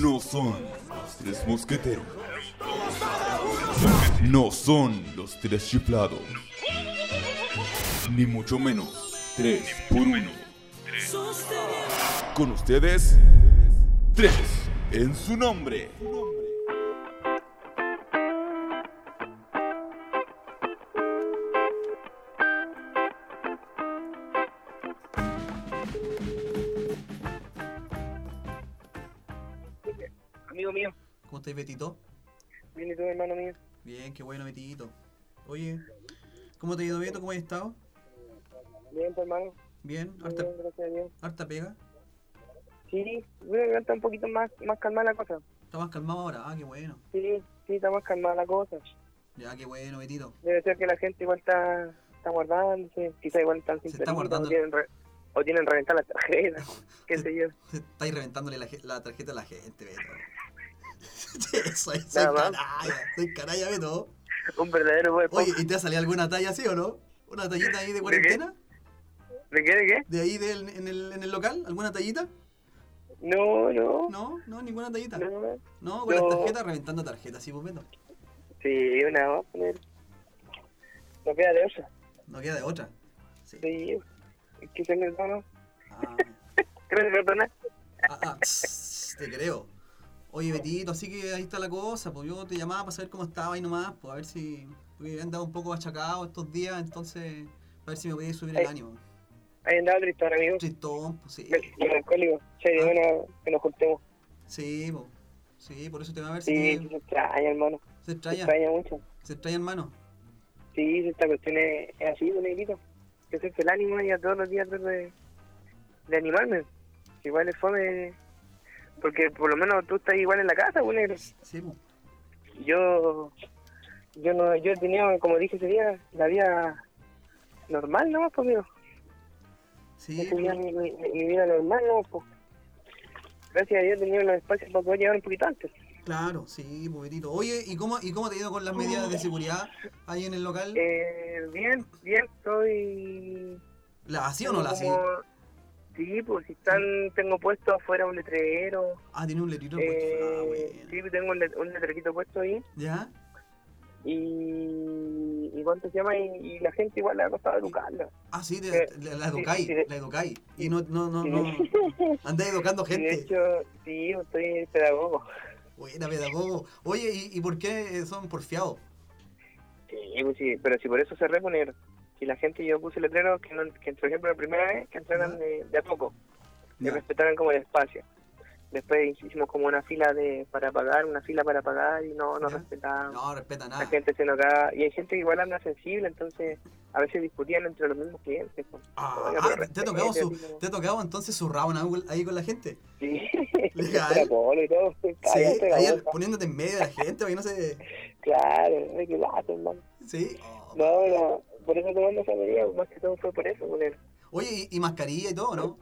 No son los tres mosqueteros. No son los tres chiflados. Ni mucho menos tres por uno. Con ustedes, tres en su nombre. Amigo mío, ¿Cómo estáis, Betito? viene tu hermano mío. Bien, qué bueno, Betito. Oye, ¿cómo te ha ido, Beto? ¿Cómo has estado? Bien, tu hermano. Bien, harta, Bien, gracias a Dios. harta pega. Sí, bueno, ahora está un poquito más, más calmada la cosa. ¿Está más calmado ahora? Ah, qué bueno. Sí, sí, está más calmada la cosa. Ya, qué bueno, Betito. Debe ser que la gente igual está, está guardándose, quizá igual están sin Se está permiso, guardando. O tienen, re- o tienen reventar las tarjetas, qué sé yo. Estáis reventándole la, je- la tarjeta a la gente, Beto. soy soy Nada más. canalla, soy canalla, Beto. Un verdadero huevo. Oye, eh. ¿y te ha salido alguna talla así o no? ¿Una tallita ahí de cuarentena? ¿De qué, de qué? ¿De ahí del, en, el, en el local? ¿Alguna tallita? No, no, No, no, ninguna tallita. no. No, con las No. tarjetas, reventando tarjetas, sí, pues, Beto. Sí, una vamos a poner. No queda de otra. No queda de otra. Sí. Sí, es que tengo el tono. Ah. ¿Crees que perdona? Ah, ah, tss, te creo. Oye, Betito, así que ahí está la cosa. Pues yo te llamaba para saber cómo estaba ahí nomás, pues a ver si. Porque he andado un poco achacado estos días, entonces. A ver si me podéis subir el Ay. ánimo. Ahí andaba tristón, amigo. Tristón, pues sí. Me- Melancólico. Sí, Ah. de bueno que nos juntemos. Sí, po. Sí, por eso te va a ver si Sí, te- se extraña, hermano. se Se extraña. extraña mucho. Se extraña, hermano. Sí, esta cuestión es, es así, un negrito. Yo siempre el ánimo y a todos los días trato de, de animarme. Igual es fome. Porque por lo menos tú estás igual en la casa, pues, negro. Sí, po. Yo. Yo no, yo tenía, como dije ese día, la vida normal nomás, pues, amigo. Sí, Yo po. tenía mi, mi- mi vida normal nomás, pues. Gracias a Dios tenía los espacios para poder llegar un poquito antes. claro, sí, po, Betito. Oye, ¿y cómo, ¿y cómo te ha ido con las medidas de seguridad ahí en el local? Eh, bien, bien, estoy. ¿La así o no la así? como- Sí, pues si están, tengo puesto afuera un letrero. Ah, tiene un letrito puesto. Ah, Eh, bueno. sí, tengo un, let- un letrerito puesto ahí. ¿Ya? Y, y cuánto se llama, y, y la gente igual le ha costado educarla. Ah, sí, te- Eh, te- la sí, educáis, sí, de- la educáis. Y no, no, no, sí, de- no. Andás educando Y de gente. hecho, sí, yo soy pedagogo. Buena pedagogo. Oye, ¿y, y por qué eh, son porfiados? Sí, pues sí, pero si por eso se reponer, si la gente yo puse letreros que, no, que por ejemplo la primera vez que entraran Ya. de, de a poco, que Ya. respetaran como el espacio. Después hicimos como una fila de para pagar, una fila para pagar y no, no Ya. respetaban. No, respeta La nada. gente se enojaba y hay gente que igual anda sensible, entonces a veces discutían entre los mismos clientes. pues. Ah, Oiga, ah, pero te ha tocado respete, su, así como- te ha tocado entonces su round ahí con- ahí con la gente. Sí, Legal. Era polo y todo, pues, Sí, cállate la ahí al- boca. poniéndote en medio de la gente para que no se. Claro, ay, qué lata, hermano. Sí. Oh. No, no, por eso tomando esa medida, más que todo fue por eso, con él. Oye, y, y mascarilla y todo, ¿no?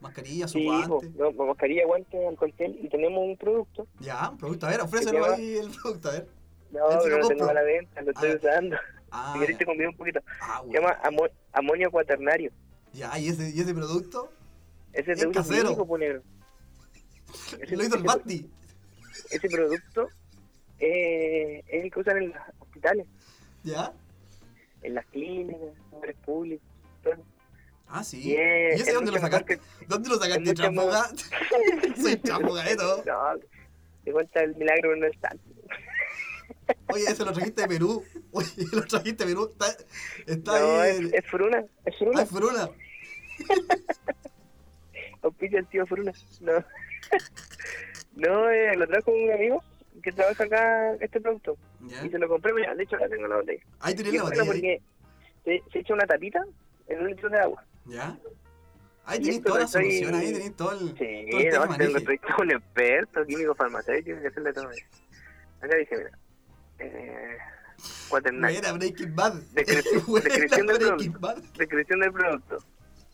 Mascarilla, su Sí, po, guante. no, mascarilla, guante, alcohol gel y tenemos un producto. Ya, un producto. A ver, ofrécelo llama- ahí el producto, a ver. No, Él se lo pero no compra. tengo a la venta, lo estoy Ah. usando. Ah, si querés te ya. convido un poquito. Ah, Se bueno. llama amo- amonio cuaternario. Ya, ¿y ese, y ese producto? Ese es Es de uso casero. médico, poner. Lo hizo el Basti. Ese producto eh, es el que usan en los hospitales, ¿Ya? en las clínicas, en lugares públicos. todo. Ah, sí. Y es- este ¿Y ese es dónde lo mucho sacaste? mejor ¿Dónde lo es sacaste, mucho trampoga? Soy trampoga de todo. No, te cuenta el milagro no es tanto. Oye, ese lo trajiste de Perú. Oye, lo trajiste de Perú. Está, está Ah, No, ahí. es, es Fruna, es Fruna, Ay, Fruna. auspicia el tío Fruna. No, no eh, lo trajo un amigo que trabaja acá este producto Ya. y se lo compré. Mira, de hecho, acá tengo la botella. Ahí Y tenés es la bueno botella. ahí. porque se, se echa una tapita en un litro de agua. Ya. Ahí Y tenés esto toda la lo estoy- solución, ahí tenés todo el. Sí, todo el no, tejemaneje. tengo, estoy todo un experto químico farmacéutico que hacerle todo. eso. Acá dice, mira, eh, cuaternario. Buena Breaking Bad. Descripción- Buena descripción del Breaking Bad. Descripción del producto.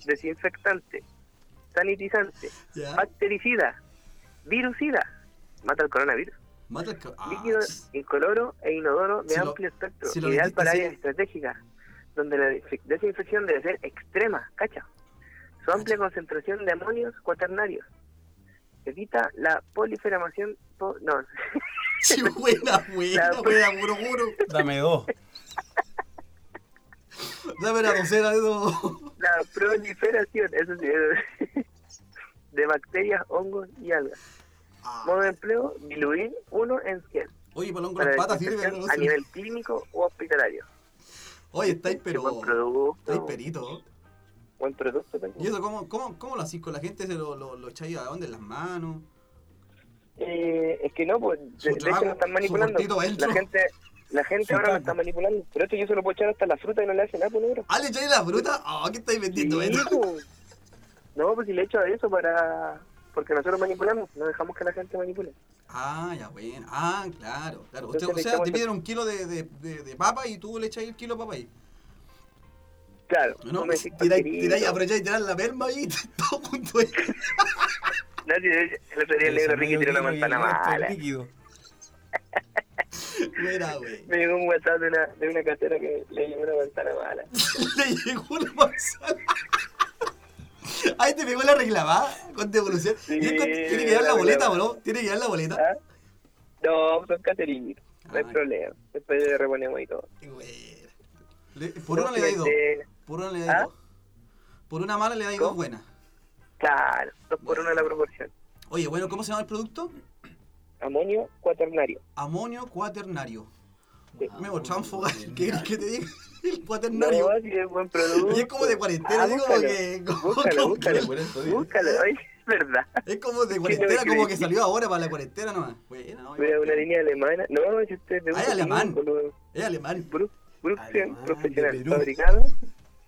Desinfectante. Sanitizante. Ya. Ah, Bactericida. Virucida. Mata el coronavirus. Mata el co- ah, Líquido ch- incoloro e inodoro de Si lo- amplio espectro. si lo ideal dijiste, para sí. áreas estratégicas, donde la desinfe- desinfección debe ser extrema. Cacha. Su amplia concentración de amonios cuaternarios. evita la proliferación... po- no, Sí, buena, buena, La- buena, puro, puro. Dame dos. Dame la docena de todo. la proliferación, eso sí, eso- de bacterias, hongos y algas. Modo de empleo, diluir uno en 100. Oye, palón con Para las patas sirve. desinfección ¿no? a nivel clínico o hospitalario. Oye, estáis Qué pero. Buen producto. Estáis perito. Buen producto también. ¿Y eso cómo, cómo, cómo lo hacís con la gente? ¿Se lo, lo, lo echáis a dónde? ¿En las manos? Eh, es que no, pues, Su de, de trabajo, hecho lo están su manipulando. cortito adentro. La gente, la gente Su ahora lo taco. está manipulando. Pero esto yo se lo puedo echar hasta la fruta y no le hace nada, pues, negro. ¿Ah, le echáis la fruta? Ah, ¿qué estáis vendiendo? Sí, eh? pues. No, pues si le echo a eso para... Porque nosotros manipulamos, no dejamos que la gente manipule. Ah, ya, bueno. Ah, claro, claro. Usted, Entonces o le sea, echamos te el- piden un kilo de, de, de, de papa y tú le echáis el kilo de papa ahí. Claro. No, tú me decís, tiráis, "Querido". tiráis, aprovecháis y tiráis la merma ahí. Todo junto ahí. No, sí, El otro día el negro Ricky tiró una manzana mala. líquido. Mira, güey. Me llegó un WhatsApp de una, de una casera que le llegó una manzana mala. Le llegó la manzana. Ahí te pegó la reclamada con devolución. Sí, Y es con- tiene que dar la la boleta, reclamada. bro. Tiene que dar la boleta. ¿Ah? No, son caseritos. No hay Ay. problema. Después le reponemos y todo. Güey. Le- Por una le dais dos. Entonces, Por una le dais ¿Ah? dos. Por una mala le dais dos buenas. Claro, dos por una la proporción. Oye, bueno, ¿cómo se llama el producto? Amonio cuaternario. Amonio cuaternario. Sí. Me voy ¿Qué crees que te diga? El No, cuaternario. si es buen producto. Y es como de cuarentena, Ah, digo, búscalo, que- como- Búscalo, como- búscalo. Búscalo, oye, es verdad. Es como de Sí, cuarentena, no me como creí. que salió ahora para la cuarentena nomás. Bueno, no, Mira, una igual. línea alemana. No, si usted es de Ah, es Brooklyn, alemán. boludo. es alemán. Bru- Brooklyn Alemán, de Profesional. Perú. Fabricado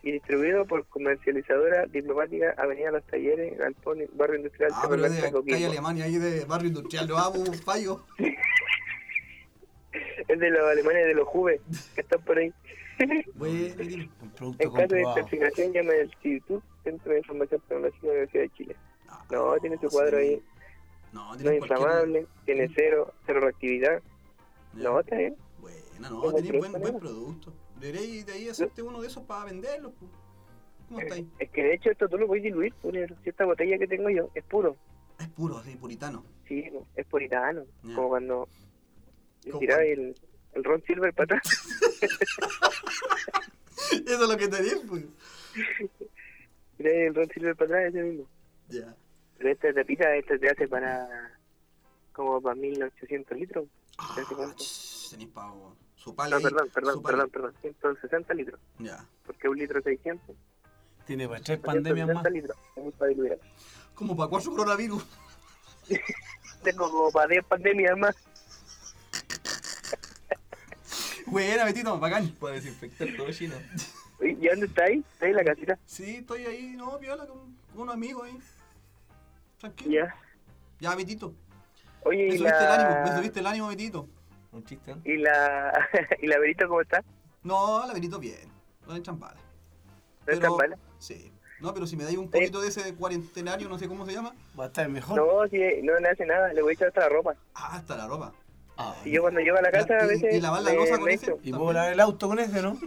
y distribuido por comercializadora diplomática Avenida Los Talleres, Galpón, Barrio Industrial. Ah, Cerro pero Norte, de calle Coquimbo. Alemania, ahí de barrio industrial, no hago fallo. Es de los alemanes de los juve que están por ahí. Bueno, Un En producto caso de este comprobado. intoxicación, llame al CITU, Centro de Información Tecnológica de la Universidad de Chile. No, tiene su cuadro Ah, sí. ahí. No, No tiene es cualquier- inflamable, tiene cero, cero reactividad. No, está bien. Bueno, no, Tengo tenés tres buen, buen problemas. producto. Deberéis de ahí hacerte uno de esos para venderlo. po. ¿Cómo Eh. está ahí? Es que de hecho esto tú lo puedes diluir. pues, negro. Si esta botella que tengo yo es puro. Ah, Es puro, así, puritano. Sí, pues, es puritano. Ya. Como cuando Como tiraba el, el Ron Silver para atrás. Eso es lo que te di, pues. Tiraba el Ron Silver para atrás, ese mismo. Ya. Pero esta tapita, esta te hace para como para 1800 litros. Ah, ¿Te hace cuánto? ch, tenés pago. Su pala No, ahí, perdón, su perdón, pala. perdón, perdón. 160 litros. Ya. Porque un litro es 600. Tiene para tres pandemias más. 160 litros. Es muy para diluir. Como para cuatro coronavirus. Tengo como para 10 pandemias más. Buena, Betito, bacán. Para desinfectar todo China. Oye, ¿Y dónde está ahí? Está ahí en la casita. Sí, estoy ahí, no, piola, con, con unos amigos ahí. Tranquilo. Ya. Ya, Betito. Oye, Me y subiste el ánimo, me la. subiste el ánimo, Betito. Un chiste. ¿no? Y la. ¿Y la Berito cómo está? No, la Betito bien. No le echan bala. ¿No está mala? Sí. No, pero si me dais un poquito de ese cuarentenario, no sé cómo se llama. Va a estar mejor. No, sí, no le hace nada. Le voy a echar hasta la ropa. Ah, hasta la ropa. Ah, Y yo cuando llego a la casa a Y- veces. y lavar la me- loza con me ese. echo. y puedo lavar el auto con ese, ¿no?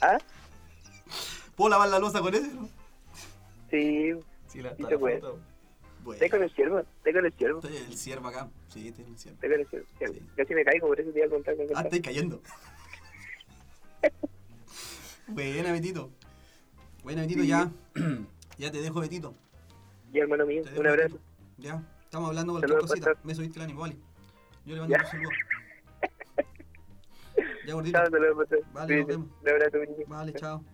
¿Ah? ¿Puedo lavar la losa con ese? no? Sí, Sí, la, Sí se puede. Bueno. estoy con el ciervo, estoy con el ciervo, Estoy en el ciervo acá. Sí, estoy en el ciervo. estoy con el ciervo. Sí. Casi me caigo, por eso te iba a contar con Ah, contar. estoy cayendo. Buena, Betito. Buena, Betito, ya. Ya te dejo, Betito. Ya, hermano mío, Te dejo, un abrazo. Betito. Ya, estamos hablando cualquier Saludos, cosita. pastor. Me subiste el ánimo, vale. Yo le mando un saludo. Ya, gordito. Chao, saludos, pastor. Vale, nos vemos. Un abrazo, niño. Vale, chao.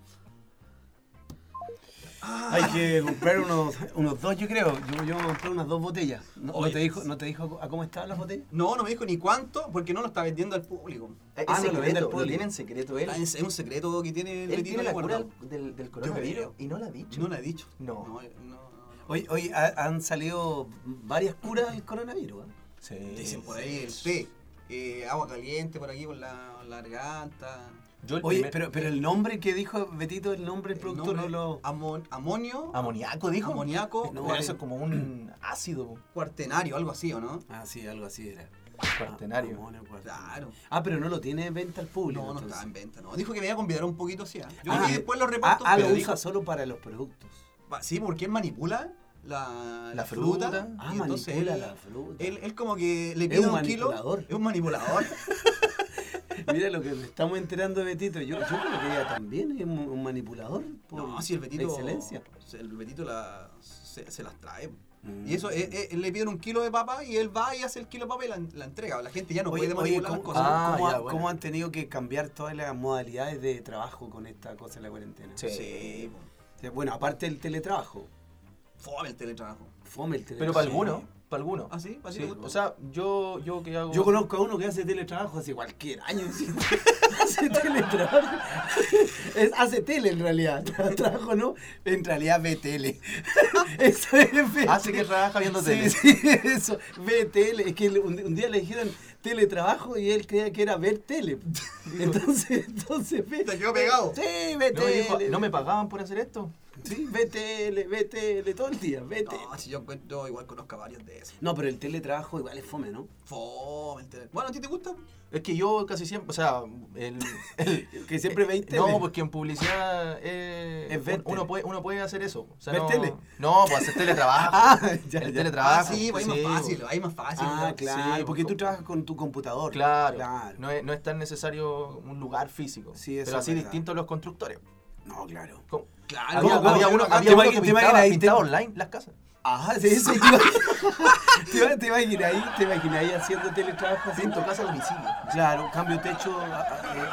Hay que comprar unos, unos dos, yo creo. Yo, yo voy a comprar unas dos botellas. ¿No, no Oye. te dijo, no te dijo a co- a cómo estaban las botellas? No, no me dijo ni cuánto porque no lo está vendiendo al público. Es Ah, no, lo vende al secreto, lo, público. tiene en secreto él. Ah, Es es un secreto que tiene el él Betito tiene la ahí cura guardado. del, del creo. coronavirus y no la ha dicho. No la he dicho. No. No, eh, no, no, no. Hoy, hoy ha- han salido varias curas del coronavirus. ¿eh? Sí. Dicen por ahí el té, eh, agua caliente por aquí por la, la garganta. Yo el Oye, primer- pero, pero el nombre que dijo Betito, el nombre del producto Nombre, no lo. amon- amoníaco, Amoniaco, dijo. Amoníaco, No, cuar- eso es como un ácido. cuartenario, algo así, ¿o no? Ah, sí, algo así era. Ah, Cuartenario. Claro. Ah, pero no lo tiene en venta al público. No, no entonces. estaba en venta, no. Dijo que me iba a convidar un poquito, sí. ah. Yo Ah, creo que después lo reparto. Ah, ah, pero lo dijo- usa solo para los productos. Va, Sí, porque él manipula la, La la fruta. fruta. Ah, y entonces manipula él, la fruta. Él, él como que le Es pide un un kilo. manipulador. Es un manipulador. Mira lo que nos estamos enterando de Betito. Yo, yo creo que ella también es un, un manipulador. Por no, si el Betito. Excelencia. El Betito la, se, se las trae. Mm. Y eso, eh, eh, él le piden un kilo de papa y él va y hace el kilo de papa y la, la entrega. La gente ya no puede manipular las ¿cómo, cosas. Ah, cómo ya, ha- bueno. cómo han tenido que cambiar todas las modalidades de trabajo con esta cosa de la cuarentena? Sí. Sí, O sea, Bueno, aparte del teletrabajo. fome el teletrabajo. Fome el teletrabajo. Pero para algunos, para algunos. ¿Ah, sí? ¿Para ti Sí, te gusta? O sea, yo, yo que hago. Yo conozco a uno que hace teletrabajo hace cualquier año. sí. hace teletrabajo. Es- hace tele en realidad. Tra- Trabajo no, en realidad ve tele. Eso es ve Hace que trabaja viendo Sí, tele. sí, eso. Ve tele. Es que le- un, un día le dijeron teletrabajo y él creía que era ver tele. Entonces, entonces ve. Te quedó pegado. Sí, ve No me, dijo, tele. ¿No me pagaban por hacer esto? Sí, ve tele, ve tele, todo el día, ve tele. No, si yo encuentro, igual conozco a varios de esos. No, pero el teletrabajo igual es fome, ¿no? Fome el teletrabajo. Bueno, ¿a ti te gusta? Ah, Es que yo casi siempre, o sea, el, el- eh, Que siempre veis tele. No, pues, porque en publicidad eh, Es ver un- uno tele. puede, uno puede hacer eso. O sea, ¿Ver no, tele? No, pues hacer teletrabajo. Ah, ya, el ya. teletrabajo. ah, sí, pues ahí sí, más fácil, pues. ahí más fácil. Ah, ¿no? claro, sí, porque tú porque- trabajas con tu computador. Claro, Claro. No, es, no es tan necesario un lugar físico. Sí, eso pero es así verdad. distinto a los constructores. No, claro. Como- Claro, Había, ¿cómo? había uno, ¿Te había uno que imaginas- te imaginas pintaba, ahí, pintaba te- online las casas. Ajá, Ah, sí, eso te imaginas- te, te imaginas ahí, te imaginas ahí haciendo teletrabajo así. Pinto casa a domicilio. Claro, cambio techo a, a-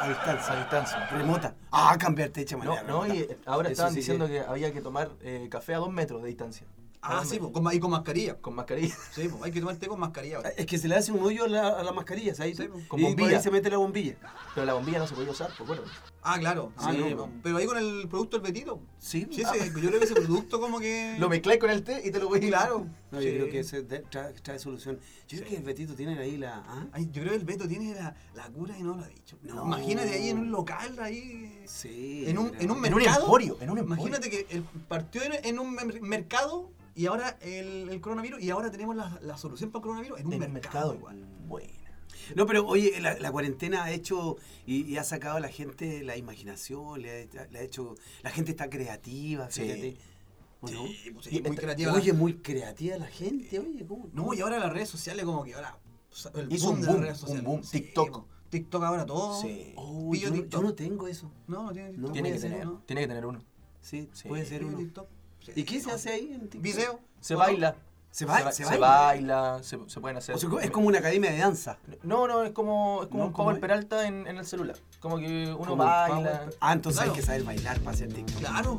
a A distancia. distancia. Remota. Ah, cambiar techo de No, manera no, y remota. ahora Eso estaban sí que- diciendo que había que tomar eh, café a dos metros de distancia. Ah, sí, pues, con, ma- y con mascarilla. Con mascarilla. Sí, pues hay que tomar té con mascarilla. Eh, pues. Es que se le hace un hoyo a la, a la mascarilla, ¿sabes? Sí, pues, con con y por ahí bombilla. se mete la bombilla. Pero la bombilla no se podía usar, pues, ¿te acuerdas? Ah, claro. Ah, sí, no, pues. no. Pero ahí con el producto el Betito. Sí, Sí, ah. ese- yo creo que ese producto como que... Lo mezcláis con el té y te lo voy Claro. No, yo Sí. creo que ese de- trae, trae solución. Yo creo que el Betito tiene ahí la. ¿ah? Ay, yo creo que el Beto tiene la, la cura y no lo ha dicho. No. Imagínate ahí en un local, ahí... Sí. En un, mira. en un En un mercado. emporio, en un emporio. Imagínate que el- partió en, en un mer- mercado y ahora el, el coronavirus y ahora tenemos la, la solución para el coronavirus en un mercado, igual. Buena. No, pero oye, la, la cuarentena ha hecho y, y ha sacado a la gente la imaginación, le ha, le ha hecho. La gente está creativa, Sí. fíjate. ¿o no? Sí, pues, sí, Y muy está- creativa. Oye, muy creativa la gente, oye, ¿cómo? No, y ahora las redes sociales como que ahora... o sea, el Hizo un de boom, las redes un sociales. boom. Sí, TikTok. po. TikTok ahora todo. Sí. Oh, Pillo yo, no- TikTok. yo no tengo eso. No, no tiene No, TikTok. Tiene puede que ser, tener, ¿no? tiene que tener uno. Sí, Sí. puede ser Tiene uno. TikTok. Sí. ¿Y qué se hace ahí en TikTok? Video. Se foto. baila. Se ba- ba- se se baila. baila, se, se pueden hacer. O sea, es como una academia de danza. No, no, es como, es como No, un ¿cómo Power es? Peralta en, en el celular. Como que uno Como- baila. Ah, entonces Claro. hay que saber bailar para hacer TikTok. Claro.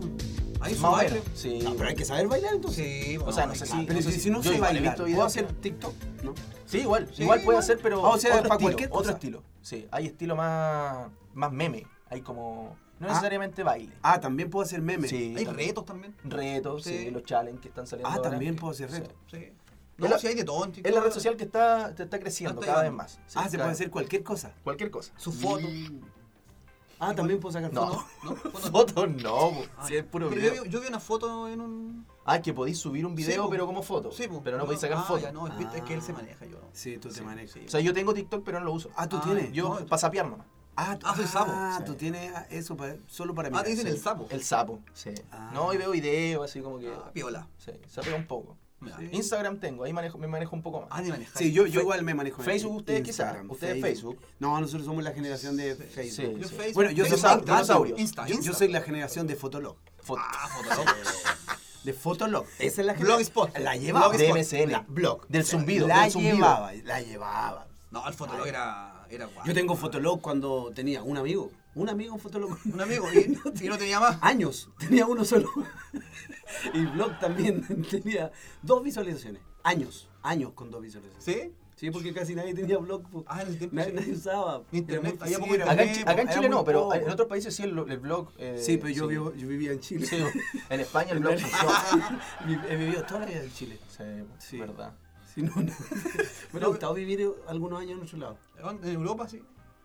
Ahí su Más o baile. menos. Sí. Ah, pero hay que saber bailar entonces. Ah, Sí, O sea, no sé si. Pero no sé si, si no yo sé igual he bailar, visto ¿puedo videos. hacer TikTok? No. Sí, igual. Sí, igual puede igual. hacer, pero. Ah, o sea, otro para estilo, cualquier cosa. Otro estilo. Sí, hay estilo más, más meme. Hay como. No Ah. necesariamente baile. Ah, también puedo hacer memes. Sí. Hay también. retos también. Retos, sí. Sí. los challenges que están saliendo. Ah, ahora. también puedo hacer Sí. retos. Sí. No, Es la- si hay de todo en Es TikTok. la red social que está, te está creciendo Está cada vez llegando. más. Sí, ah, se puede cada- hacer cualquier cosa. Cualquier cosa. Su foto. Ah, también puedo sacar No. fotos. ¿No? Foto. Fotos no, po. Ah, si es puro pero video. Yo, vi- yo vi una foto en un. Ah, que podéis subir un video, Sí, po. pero como foto. Sí, po. pero no podéis sacar ah, foto. ya no, el pit- es que él se Ah. maneja yo. no. Sí, tú te manejas. O sea, yo tengo TikTok, pero no lo uso. Ah, tú Ah, tienes. yo, no, para sapear nomás. Ah, tú- Ah, soy sapo. Ah, Sí. tú tienes ah, eso para, solo para mí. Ah, te dicen el sapo. El sapo. Sí. Ah. No, y veo videos, así como que. Ah, piola. sí, sapeo un poco. Mira. Sí. Instagram tengo, ahí manejo, me manejo un poco más. Ah, de manejar. Sí, yo, yo igual me manejo. en Facebook, ustedes quizá, Instagram, ustedes Facebook. No, nosotros somos la generación de Facebook. Sí. Yo Facebook, Bueno, yo soy Facebook, sapo, dinosaurio. Insta, Yo, yo Insta. soy la generación de Fotolog. Foto. Ah, Fotolog. De Fotolog. Esa es la Blogspot. La llevaba. Blogspot. DMCN. La blog. Del zumbido, La del zumbido. llevaba. La llevaba. No, el Fotolog era, era guay. Yo tengo Fotolog cuando tenía un amigo. Un amigo en Fotolog. Un amigo y, y no tenía más. años, tenía uno solo. y Blog también tenía dos visualizaciones. Años, años con dos visualizaciones. ¿Sí? Sí, porque casi nadie tenía Blog. po. Ah, en el tiempo. nadie, sí. nadie usaba. Internet, Era muy- había sí, poco era- Acá, en Chi- poco, acá en era Chile muy no, pero poco. en otros países sí el, el blog. eh, eh, Sí, pero yo, sí. vivo- yo vivía en Chile. Sí, en España el blog funcionó. Vi- He vivido toda la vida en Chile. Sí, Sí. verdad. Sí, no, no. Me hubiera gustado vivir algunos años en otro lado. ¿En Europa sí?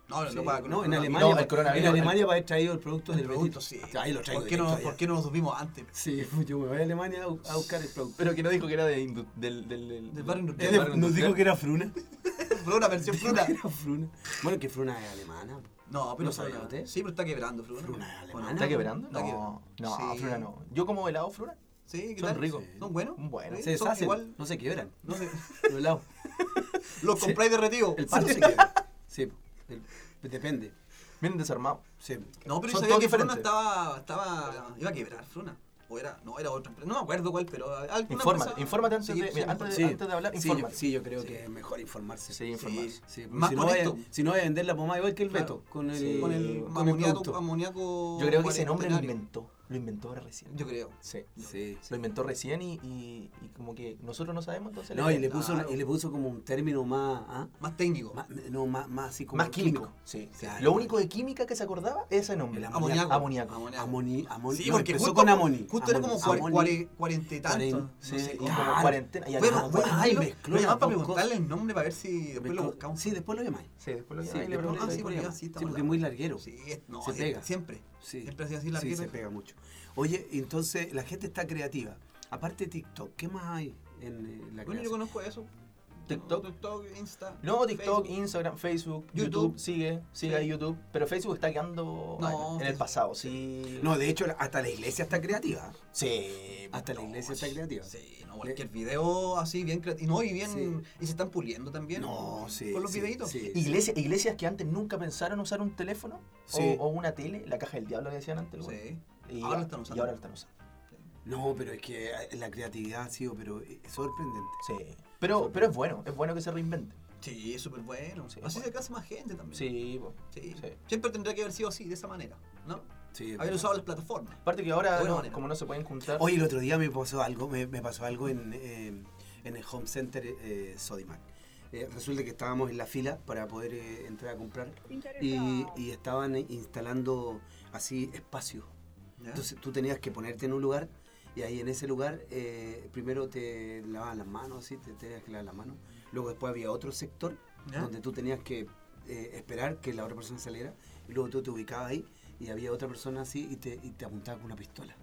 No, en Sí, Europa. no, en Europa- Alemania. No, el coronavirus- en Alemania va a haber traído el producto El del producto, Betito. sí. Ahí lo traigo. ¿Por qué, directo no, allá. ¿Por qué no lo subimos antes? Sí, pues yo me voy a Alemania a bu- a buscar el producto. Pero que no dijo que era de indu- del, del, Del barrio Eh, industrial. del barrio Nos dijo industrial. que era Fruna. Fruna, versión Fruna. Era Fruna. Bueno, que Fruna es alemana. No, pero ¿No sabía Fruna- usted? Sí, pero está quebrando Fruna. Fruna es Bueno, alemana. ¿Está quebrando? Está No, quebrando. no, Sí. Fruna no. Yo como helado Fruna. Sí, ¿qué Son tal? ricos. ¿Son buenos? Bueno, Sí, se son deshacen, igual- no se quiebran. no sé, Los helados. los Sí. compráis derretidos. El palo Sí. se quiebra. Sí, el- depende. Vienen desarmados. Sí. No, pero yo Son sabía todos que Fruna diferentes. estaba, estaba. iba a quebrar Fruna. O era, no, era otra empresa. No me acuerdo cuál, pero alguna Infórmate, empresa- infórmate antes Sí, de- sí, mira, sí. antes de- Sí, hablar, sí, infórmate. yo- Sí, yo creo que es mejor informarse. Sí, informarse. Sí, porque Más si, no honesto. vayan- si no vayan a vender la pomada igual que el Claro. Beto, con el, Sí. con el con el amoníaco, producto. amoníaco Yo creo que ese nombre lo cuarentenario. inventó. Lo inventó ahora recién. Yo creo. Sí. Sí. Lo inventó recién y, y, y como que nosotros no sabemos, entonces. No, y le inventó. puso, Claro. y le puso como un término más, ¿ah? Más técnico. Más- no, más, más así como Más químico. Sí. Claro. Lo único de química que se acordaba es ese nombre. El amoníaco. Amoníaco. Amoni, amoni, Sí, no, porque empezó justo, con amoni. Justo era como Amoni, cuare- amoni. cuare- cuarenta y tanto. Cuaren- no sí, sé cómo. Como Claro. cuarentena. Y Bueno, acá- bueno, bueno, ay, yo- mezcló voy a las llamar para dos preguntarle cosas. el nombre para ver si después pues lo buscamos. Sí, después lo llamáis. Sí, después lo Sí, ahí le le pregunto- pregunté. Ah, sí, después porque ya lo sí, llamáis. Sí, estamos porque es hablando. muy larguero. Sí, es- no, Se es- pega. siempre. Sí. Siempre ha sido así la Sí, se gente. pega mucho. Oye, entonces la gente está creativa. Aparte de TikTok, ¿qué más hay en eh, Bueno, la yo creación? conozco eso. TikTok. TikTok, Insta. No, TikTok, Facebook. Instagram, Facebook, YouTube. YouTube, sigue, sigue Sí. ahí YouTube. Pero Facebook está quedando No, ah, en el Facebook. pasado, sí. No, de hecho, la- hasta la iglesia está creativa. Sí. Hasta la pues, no, iglesia está sí, Pues creativa. Sí, no, cualquier video así, bien creativo. No, y bien. Sí. Y se están puliendo también. No, sí. Con los sí, videitos. sí, sí. Iglesia- iglesias que antes nunca pensaron usar un teléfono Sí. o, o una tele, la caja del diablo que decían antes. güey. Sí. Y Ahora la están usando. Y ahora la están usando. No, pero es que eh, la creatividad ha sido pero eh, sorprendente. Sí. Pero, pero es bueno, es bueno que se reinventen. Sí, es súper bueno. Sí, así bueno. se alcanza más gente también. Sí, po. Sí. Sí. Siempre tendría que haber sido así, de esa manera, ¿no? Sí, Haber es verdad. usado las plataformas. Aparte que ahora, De buena no, manera. como no se pueden juntar. Oye, el otro día me pasó algo, me, me pasó algo en, eh, en el home center eh, Sodimac. Eh, resulta que estábamos en la fila para poder eh, entrar a comprar y, y estaban instalando así espacios. ¿ya? Entonces tú tenías que ponerte en un lugar y ahí en ese lugar eh, primero te lavaban las manos, ¿sí? te tenías que lavar las manos. Luego después había otro sector ¿Ya? donde tú tenías que eh, esperar que la otra persona saliera y luego tú te ubicabas ahí y había otra persona así y te, y te apuntaba con una pistola.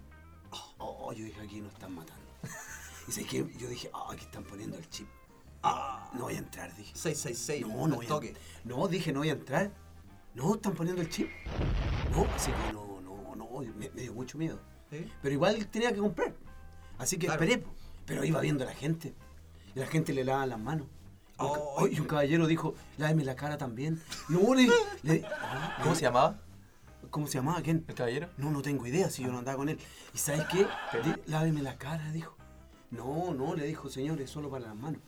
Oh, oh, yo dije, aquí nos están matando. y sé que yo dije, ah, aquí están poniendo el chip. Ah, no voy a entrar, dije. 666, No, no al voy a- toque. No, dije, no voy a entrar. No, están poniendo el chip. No, así que no, no, no, me, me dio mucho miedo. ¿Sí? Pero igual tenía que comprar. Así que Claro. esperé. po. Pero iba viendo a la gente. Y la gente le lavaba las manos. Y un ca- Ay. y un caballero dijo, láveme la cara también. No, le, le- ah, ¿Cómo se llamaba ¿Cómo se llamaba? ¿Quién? el caballero? No, no tengo idea si yo no andaba con él. ¿Y sabes qué? Di- Láveme la cara, dijo. No, no, le dijo, señor, es solo para las manos.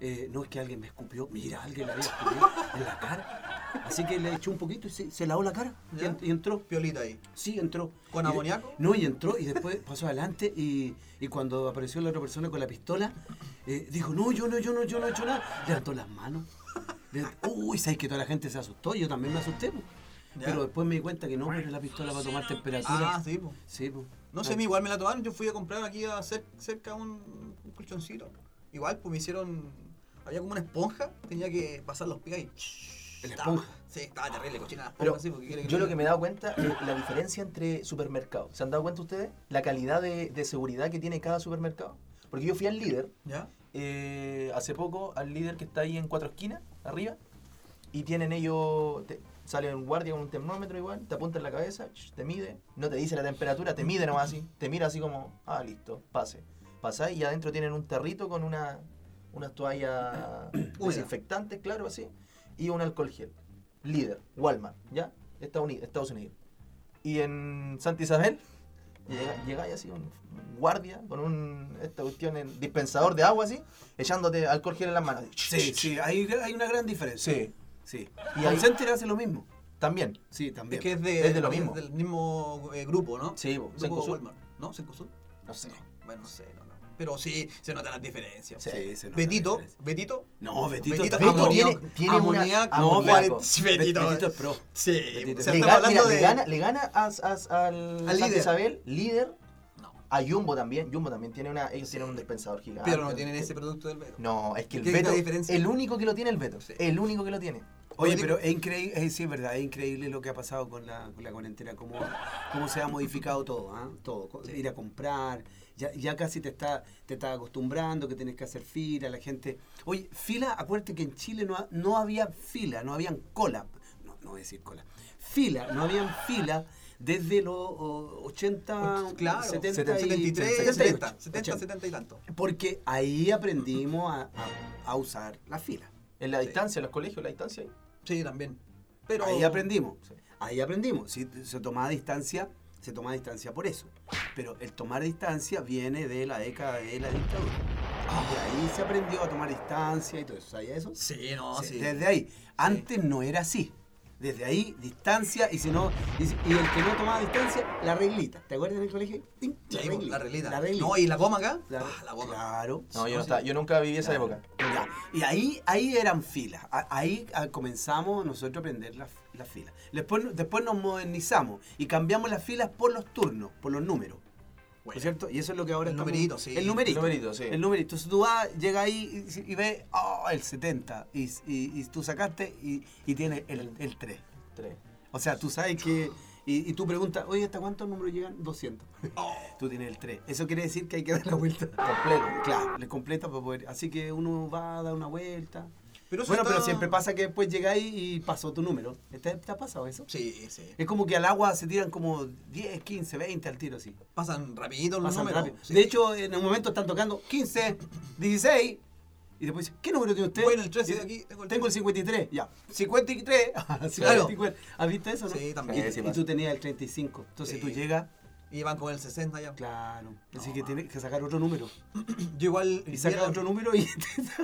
Eh, no, es que alguien me escupió. Mira, alguien le había escupido en la cara. Así que le echó un poquito y se, se lavó la cara. Y, ¿Ya? en- y entró. Piolita ahí. Sí, entró. ¿Con Y de- amoníaco? No, y entró y después pasó adelante y, y cuando apareció la otra persona con la pistola, eh, dijo, no, yo no, yo no, yo no he hecho nada. Levantó las manos. Levantó- Uy, sabes que toda la gente se asustó, yo también me asusté. po. ¿Ya? Pero después me di cuenta que no, pero la pistola para tomar temperatura. Ah, sí, po. Sí, po. No sé, a mí igual me la tomaron. Yo fui a comprar aquí a cer- cerca un, un colchoncito. Igual, pues me hicieron. Había como una esponja, tenía que pasar los pies y. ¿La Estaba- esponja? Sí, estaba terrible, cochina la esponja, Pero sí, porque quiere yo no- lo que me he dado cuenta es la diferencia entre supermercados. ¿Se han dado cuenta ustedes? La calidad de, de seguridad que tiene cada supermercado. Porque yo fui al líder ¿Ya? eh, hace poco, al líder que está ahí en cuatro esquinas, arriba, y tienen ellos, te- sale un guardia con un termómetro igual, te apunta en la cabeza, ch, te mide, no te dice la temperatura, te mide nomás así, te mira así como, ah, listo, pase. Pasáis y adentro tienen un tarrito con una, unas toallas desinfectantes, claro, así, y un alcohol gel. Líder, Walmart, ¿ya? Estados Unidos. Estados Unidos. Y en Santa Isabel, llega, llega ahí así un un guardia con un, esta cuestión, el dispensador de agua así, echándote alcohol gel en las manos. Sí, sí, hay, hay una gran diferencia. Sí. Sí. Y Y ahí- Center hace lo mismo. También. Sí, Es también. que es, de, Es de lo mismo. del mismo eh, grupo, ¿no? Sí, po. grupo Cencosud. Walmart. ¿No? ¿Cencosud? No sé. Bueno, no sé, no, no. Pero sí, se notan las diferencias. Sí. se nota la Betito, diferencia. Betito. No, Betito, Betito, está Betito amoníaco. tiene- tiene una- amoníaco, no, amoníaco. Betito. Betito. Betito es pro. Sí, Betito. o sea, le, estamos ga- hablando mira, le de... gana, le gana a- a- al Santa líder. Isabel, líder, No, a Jumbo también. Jumbo también tiene una, ellos tienen un dispensador gigante. pero no tienen ese producto del Beto. No, es que el ¿Qué es la Beto, diferencia? el único que lo tiene el Beto, Sí. el único que lo tiene. Oye, Oye, pero es increíble, sí, es verdad, es increíble lo que ha pasado con la, con la cuarentena, cómo, cómo se ha modificado todo, ¿ah? todo, co- ir a comprar, ya, ya casi te está, te está acostumbrando que tienes que hacer fila, la gente... Oye, fila, acuérdate que en Chile no, ha- no había fila, no habían cola, no, no voy a decir cola, fila, no habían fila desde los o, 80, Claro, 70 y- 73, 78, 70, 70, 80. 70 y tanto. Porque ahí aprendimos a, a- a usar la fila. En la Sí. distancia, en los colegios, la distancia. ahí. Sí, también. Pero Ahí aprendimos. Sí. Ahí aprendimos. Si se tomaba distancia, se tomaba distancia por eso. Pero el tomar distancia viene de la década de la dictadura. Y ahí se aprendió a tomar distancia y todo eso. ¿Sabía eso? Sí, no, Sí, sí. Desde ahí. Antes no era así. Desde ahí, distancia, y si no, y, si- y el que no tomaba distancia, la reglita. ¿Te acuerdas en el colegio? Ting, Sí, po, la reglita. La reglita. No, y la goma acá. La- Ah, la goma. Claro. No, yo, no Sí. estaba- yo nunca viví esa Claro. época. Ya. Y ahí, ahí eran filas. A- Ahí ah, comenzamos nosotros a aprender las las filas. Después, no- después nos modernizamos y cambiamos las filas por los turnos, por los números. ¿no Bueno. es cierto? Y eso es lo que ahora El estamos- numerito, sí. El numerito. El numerito, sí. El numerito. Entonces tú vas, llegas ahí y, y ves oh, el 70 y, y- y tú sacaste y, y tiene el, el 3. Tres. O sea, tú sabes que... Y, y tú preguntas, oye, ¿hasta cuántos números llegan? 200. Oh. Tú tienes el 3. Eso quiere decir que hay que dar la vuelta. Completo. Claro, le completa para poder. Así que uno va a dar una vuelta. Pero eso bueno, está- pero siempre pasa que después llegáis y pasó tu número. ¿Te, te ha pasado eso? Sí, sí. Es como que al agua se tiran como 10, 15, 20 al tiro así. Pasan rapidito los Pasan números. rápido. sí. De hecho, en un momento están tocando 15, 16. Y después dice, ¿qué número tiene usted? Bueno, el 13 de Dice, aquí, tengo el Tengo el 53. Ya. 53. Claro. 54. ¿Has visto eso, no? Sí, Y, también. Sí, y tú tenías el 35. Entonces Sí. tú llegas, Y van con el 60 ya. claro. Así No, que man. tienes que sacar otro número. Yo igual. Y saca viera- otro número y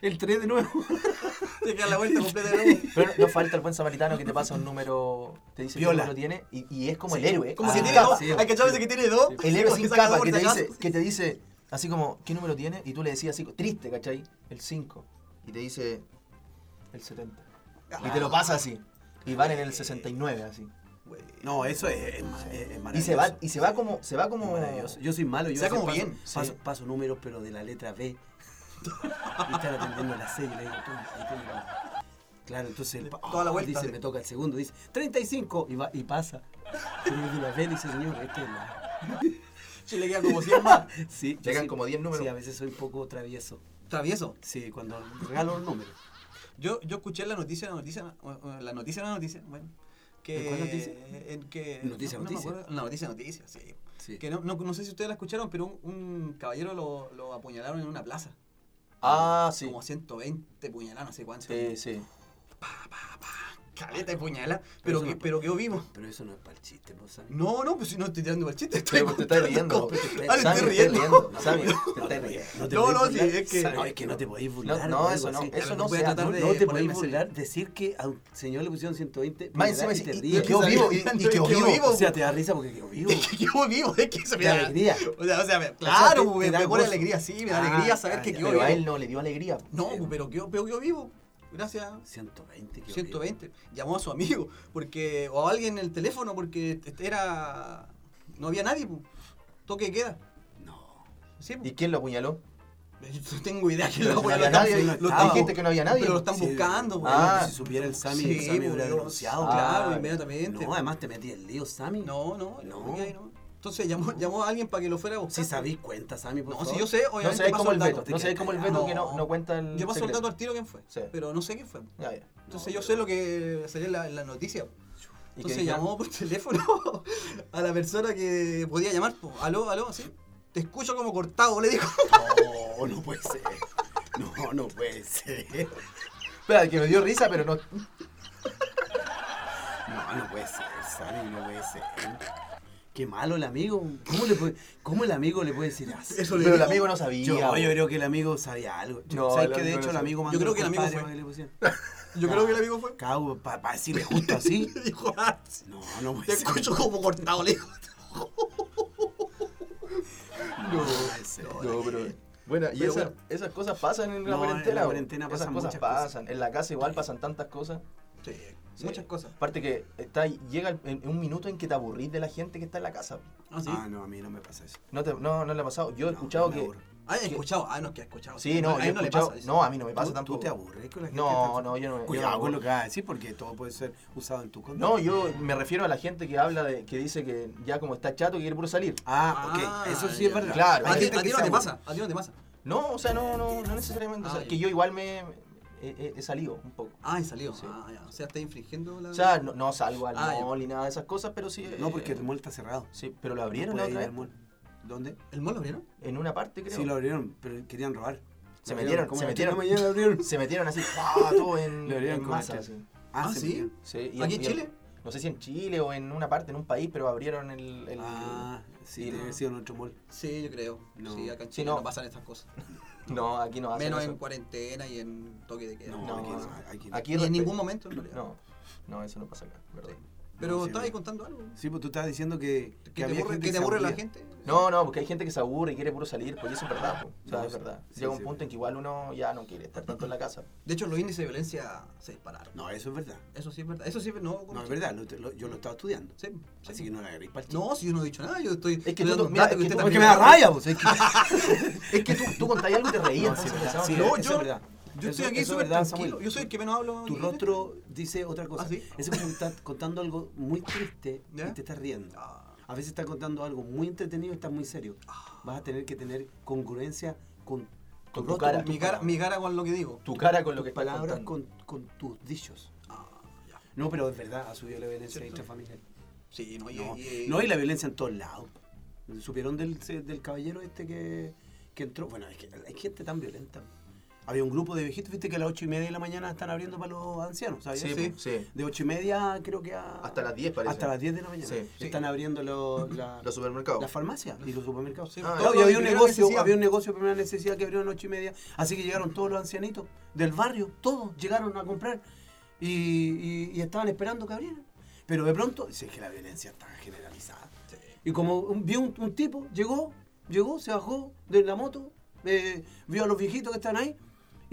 el 3 de nuevo. Te queda la vuelta completa de nuevo. Pero no falta el buen samaritano que te pasa un número, te dice Viola. qué número tiene y, y es como Sí. el héroe. Como Ah. que sin tiene capa. dos. sí. Hay que echarse que tiene dos. El héroe sin saca capa dos que por te, si dice, acaso. que te dice, así como, ¿qué número tiene? Y tú le decías así, triste, ¿cachai? El 5. Y te dice, el 70. Y Ah. te lo pasa así. Y van en el 69 así. No, eso es, es ma- es- es maravilloso. Y se va, y se va como, se va como. Maravilloso. Yo soy malo. Yo Sea a veces como paso, bien, sí. Paso, paso números, pero de la letra B. y están atendiendo la C y le digo, toma, ahí tiene la- Claro, entonces el pa- Toda la ah, vuelta, dice, sí. me toca el segundo, dice 35 y, va, y pasa. Pero el de la B dice, señor, este es la. Sí, le queda como 100 más. Sí, yo Llegan soy- como 10 números. Sí, a veces soy un poco travieso. Travieso. Sí, cuando regalo los números. Yo, yo escuché la noticia, la noticia, o- o la noticia, la noticia, bueno. Que, ¿En cuál noticia? en que, Noticia, no, no me noticia. acuerdo, la noticia, noticia, sí. Sí. Que no, no, no sé si ustedes la escucharon, pero un, un caballero lo, lo apuñalaron en una plaza. Ah, sí. Como 120 puñaladas, no sé cuánto. Sí, sí. Caleta de puñalada, pero, Pero eso que, no- pero quedó vivo. Pero eso no es para el chiste, ¿no sabes? No, no, pues si no estoy tirando el chiste. estoy Pero te estás contando riendo. cómo- te estás- Ah, me Sammy, estoy te estás riendo. riendo. Sammy, te estás No, riendo. te No, no, podéis sí, burlar. es que- No, es que no te podéis burlar. no, de algo eso no, así. eso Ya, no voy a se tratar hace. de- No te ponerme podéis burlar, serio. decir que a un señor le pusieron 120 Más puñaladas encima, te y- y ríes. quedó vivo, y- y quedó vivo. O sea, te da risa porque quedó vivo. Es que quedó vivo, es que se me De da alegría. O sea, o sea, me- sea, te- claro, te me, da me pone gozo. alegría, sí, me da Ah, alegría saber ah, que ya, quedó Pero vivo. a él no le dio alegría. Eh, No, pues, pero quedó, pero quedó vivo. Gracias. 120, quedó 120. Llamó a su amigo porque o a alguien en el teléfono porque este era no había nadie. pu. Toque de queda. vivo. No. Sí, pu. ¿Y quién lo apuñaló? No tengo idea que Pero lo si no apuñaló. había nadie, Lo- no lo- dijiste que no había nadie. Pero lo están Sí, buscando. bueno, Ah. pero si supiera el Sami, el Sí, Sami pu, hubiera yo- denunciado. Claro, Ah, inmediatamente. No, además te metí el lío, Sami. No, no, yo No. creo que ahí no. Entonces llamó, llamó a alguien para que lo fuera a buscar. Si sabís, cuenta, Sami, por No, favor. si yo sé, No obviamente. sabéis paso como el dato. veto. No sabéis como el veto que no, no cuenta el. Yo paso el secreto. dato al tiro quién fue. Sí. Pero no sé quién fue. Ah, Ya, ya. Entonces No, yo sé lo que salió en la, en la noticia. ¿Y qué Entonces dijeron? llamó por teléfono a la persona que podía llamar. po. Aló, aló, así. Te escucho como cortado, le dijo. No, no puede ser. No, no puede ser. Espera, que me dio risa, pero no. No, no puede ser, Sami, no puede ser. Qué malo el amigo. ¿Cómo, le puede- cómo el amigo le puede decir así? Eso le Pero el digo. amigo no sabía. Yo, güey. yo creo que el amigo sabía algo. Yo- No, ¿Sabes el que de amigo hecho no el sabe. amigo mandó Yo creo que el amigo compadre fue. para que le pusieran? Yo creo que el amigo fue. Cago, para decirle justo así. Dijo, ah, No, no puede te ser. escucho pues. como cortado, le dijo. No puede ser. No, pero. Bueno, y Pero esa- bueno. esas cosas pasan en la No, en cuarentena. la güey. cuarentena Esas pasan cosas muchas pasan. cosas. En la casa igual pasan tantas cosas. Sí, Sí. muchas cosas. Aparte que está, llega el- en- en un minuto en que te aburrís de la gente que está en la casa. Ah, sí. Ah, no, a mí no me pasa eso. No, te- no, no le ha pasado. Yo he No, escuchado me que. aburro. Ah, he escuchado. Ah, no, que he escuchado. Sí, no, a yo he él no le escuchado- pasa. dice. No, a mí no me pasa ¿Tú, tampoco. tú te aburres con la gente? No, está- no, yo no me- yo no Cuidado me con aburro. lo que vas a decir porque todo puede ser usado en tu contra. No, yo me refiero a la gente que habla de. que dice que ya como está chato que quiere puro salir. Ah, Ah, ok, eso sí ya. es verdad. Claro. Hay A ti, gente a ti que no se te aburre. pasa. A ti no te pasa. No, o sea, no, no, no necesariamente. o sea, Ah, ya. que yo igual me. he, he- he salido un poco. Ah, y salió. Sí. Ah, ya. O sea, está infringiendo la. O sea, no, no salgo al Ah, ya. mall ni nada de esas cosas, pero sí. No, eh, porque el mall está cerrado. Sí, pero lo No abrieron la puede ir otra al vez, pues, mall. ¿Dónde? ¿El mall lo abrieron? En una parte, creo. Sí, lo abrieron, pero querían robar. Se Lo metieron, como se a las tres de la metieron. mañana lo abrieron. Se metieron así, ¡pah! todo en, Lo abrieron en como masa. este. así. Ah, se ¿sí? metieron. Sí, y ¿Aquí en y Chile? No sé si en Chile o en una parte, en un país, pero abrieron el. el- Ah, sí, el- debe haber sido en otro mall. Sí, yo creo. No. Sí, acá en Sí, Chile no. no pasan estas cosas. No, aquí no hacen Menos eso. en cuarentena y en toque de queda. No, No, aquí no. aquí no. Aquí Ni en respe- ningún momento, en realidad. No, no, eso no pasa acá, ¿verdad? Pero No, sí, estabas no. contando algo. Sí, pues tú estabas diciendo que, ¿Que, que te había aburre, gente que te se aburre la aburría. gente? No, no, porque hay gente que se aburre y quiere puro salir, pues y eso es verdad, pues. O sea, No, es sí, verdad. sí, Llega sí, un punto en que igual uno ya no quiere estar tanto en la casa. De hecho, los índices de violencia se dispararon. No, eso es verdad. Eso sí es verdad. Eso sí es verdad. No, No, es verdad. lo- lo- yo lo estaba estudiando. Sí, sí. Así que no la agarréis para el No, si yo no he dicho nada, yo estoy. que estoy tú- dando un mira, dato es que tú- usted Porque me también- da rabia, pues. Es que... Es que tú, tú contabas algo y te No, reías. sí, entonces verdad, pensaba sí, que- No, eso yo- es verdad. Yo estoy Eso- eso aquí es súper verdad, tranquilo. Samuel. Yo soy el que menos hablo. Tu en rostro dice otra cosa. ¿Ah, sí? Es como que estás contando algo muy triste ¿Ya? y te estás riendo. Ah, A veces estás contando algo muy entretenido y estás muy serio. Vas a tener que tener congruencia con tu Con tu rostro, cara. con mi, cara, mi cara con lo que digo. Tu cara con lo tus que estás palabras, contando. con, con tus dichos. Ah, ya. No, pero es verdad, ha subido la violencia ¿Cierto? intrafamiliar. Sí, no, y, eh, No, eh, y- no, y la violencia en todos lados. Supieron del, del caballero este que, que entró. Bueno, es que hay gente tan violenta. Había un grupo de viejitos, viste que a las ocho y media de la mañana están abriendo para los ancianos, ¿sabías? Sí, Sí. po, sí. De ocho y media creo que a... Hasta las 10 parece. Hasta las 10 de la mañana. Sí, sí. Están abriendo los la, Los supermercados. las farmacias y los supermercados. Sí, Ah, Todo, todo y de había un primera negocio, necesidad. había un negocio de primera necesidad que abrió a las ocho y media. Así que llegaron todos los ancianitos del barrio, todos llegaron a comprar y, y- y estaban esperando que abrieran. Pero de pronto, si es que la violencia está generalizada. Y como un- vio un, un tipo, llegó, llegó, se bajó de la moto, eh, vio a los viejitos que están ahí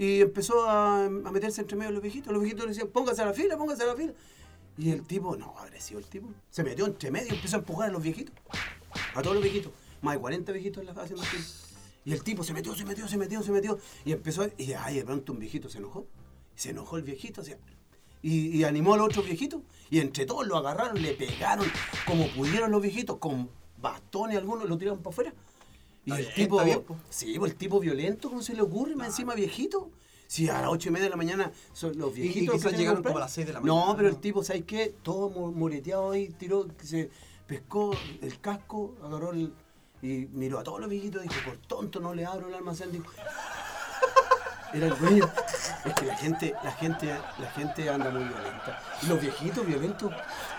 y empezó a, a meterse entre medio de los viejitos. Los viejitos le decían, póngase a la fila, póngase a la fila. Y el tipo, no, agresivo el tipo, se metió entre medio y empezó a empujar a los viejitos. A todos los viejitos. Más de 40 viejitos en la haciendo fila. Y el tipo se metió, se metió, se metió, se metió. Y empezó, y ay, de pronto un viejito se enojó. Se enojó el viejito, se- y, y animó a los otros viejitos. Y entre todos lo agarraron, le pegaron como pudieron los viejitos, con bastones algunos, lo tiraron para afuera. Y Está el bien, tipo, está bien, po. sí, po, el tipo violento, ¿cómo se le ocurre? Más encima viejito. Si a las ocho y media de la mañana son los y viejitos. quizás que tienen llegaron que comprar. como a las seis de la No, mañana, pero ¿no? el tipo, ¿sabes qué? Todo mo- moreteado ahí, tiró, que se pescó el casco, agarró el. Y miró a todos los viejitos y dijo, por tonto no le abro el almacén. Dijo, era el dueño. Es que la gente, la gente, la gente anda muy violenta. Y los viejitos violentos.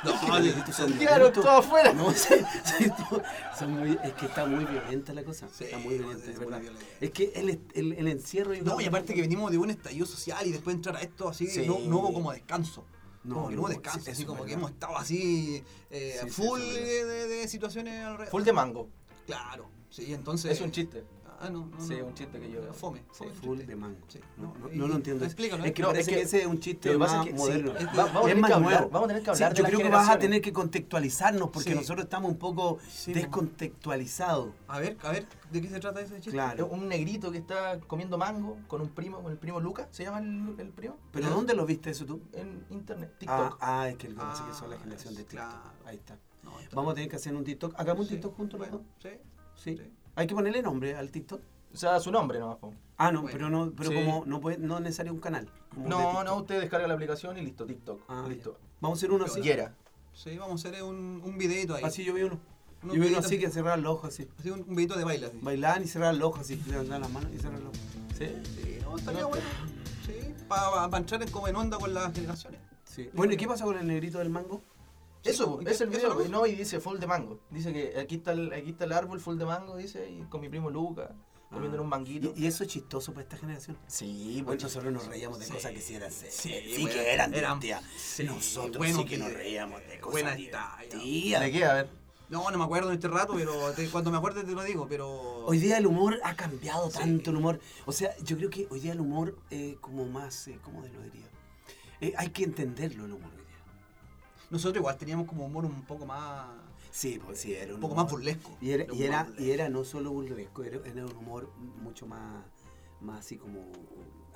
No, los viejitos son Tiraron violentos. todo afuera. No, sí, sí, no, son muy, es que está muy violenta la cosa. Sí, está muy violenta, es es verdad. muy violenta. Es que el, el, el encierro. yo No, creo y aparte que venimos de un estallido social y después entrar a esto así, Sí. no, no hubo como descanso. No, como que no no hubo hubo- descanso, sí, así eso como es que verdad. hemos estado así eh, Sí, sí, full eso es de, de- de situaciones alrededor. Full de mango. Claro, sí, entonces... Es un chiste. Ah, no, no, Sí, no, un chiste que yo- Fome. sí, fome, Full chiste. de mango. Sí, no, no, y- no lo entiendo. Explícalo. Es que No, parece es que, que- ese es un chiste lo que más pasa es que- sí, moderno. es- va- vamos a es tener más que hablar, nuevo. vamos a tener que Sí, hablar de yo las creo que vas a generaciones. tener que contextualizarnos porque Sí. nosotros estamos un poco Sí, po. descontextualizados. A ver, a ver, ¿de qué se trata ese chiste? Es Claro. Un negrito que está comiendo mango con un primo, con el primo Lucas, ¿se llama el, el primo? ¿Pero dónde lo viste eso tú? En internet, Ah, TikTok. ah, es que lo que pasa es que son la Ah, generación de TikTok. claro. Ahí está. No, entonces- Vamos a tener que hacer un TikTok. Hagamos un Sí, TikTok juntos, bueno, ¿no? Sí. Sí. Sí. Hay que ponerle nombre al TikTok. O sea, su nombre nomás. po. Ah, no, Bueno. pero no, pero Sí. como no puede, no es necesario un canal. como de No, TikTok. no, usted descarga la aplicación y listo, TikTok. Ah, listo. ya. Vamos a hacer uno así. Yera. Sí, vamos a hacer un, un videito ahí. Así yo vi uno. Unos yo vi uno videitos así así. que cerraba los ojos así. Así un, un videito de baile. así. Bailaban y cerraban los ojos así. Levantaban las manos y cerraban los ojos. ¿Sí? Sí, no, estaría No, bueno. Sí, para entrar en, como en onda con las generaciones. Sí. Bueno, ¿y qué pasa con el negrito del mango? Eso, po, ¿y qué- es el eso video. lo ves? no, y dice full de mango. Dice que aquí está el, aquí está el árbol full de mango, dice, y con mi primo Lucas, comiéndole un manguito. Ah. Y, y eso es chistoso para esta generación. Sí, Bueno, pues nosotros nos reíamos de cosas que sí eran serias. sí, Sí, bueno, que eran eran- divertidas. sí, nosotros buenos sí que nos videos, reíamos de cosas buenas divertidas. ¿De qué? A ver. No, no me acuerdo en este rato, pero te- cuando me acuerde te lo digo, pero... Hoy día el humor ha cambiado tanto el humor. O sea, yo creo que hoy día el humor es como más, eh, ¿cómo te lo diría? Eh, hay que entenderlo el humor hoy día. Nosotros igual teníamos como humor un poco más... Sí, pues sí, era Un un poco humor- más burlesco. Y era, Era un y era, humor y era no solo burlesco, era, era un humor mucho más, más así como,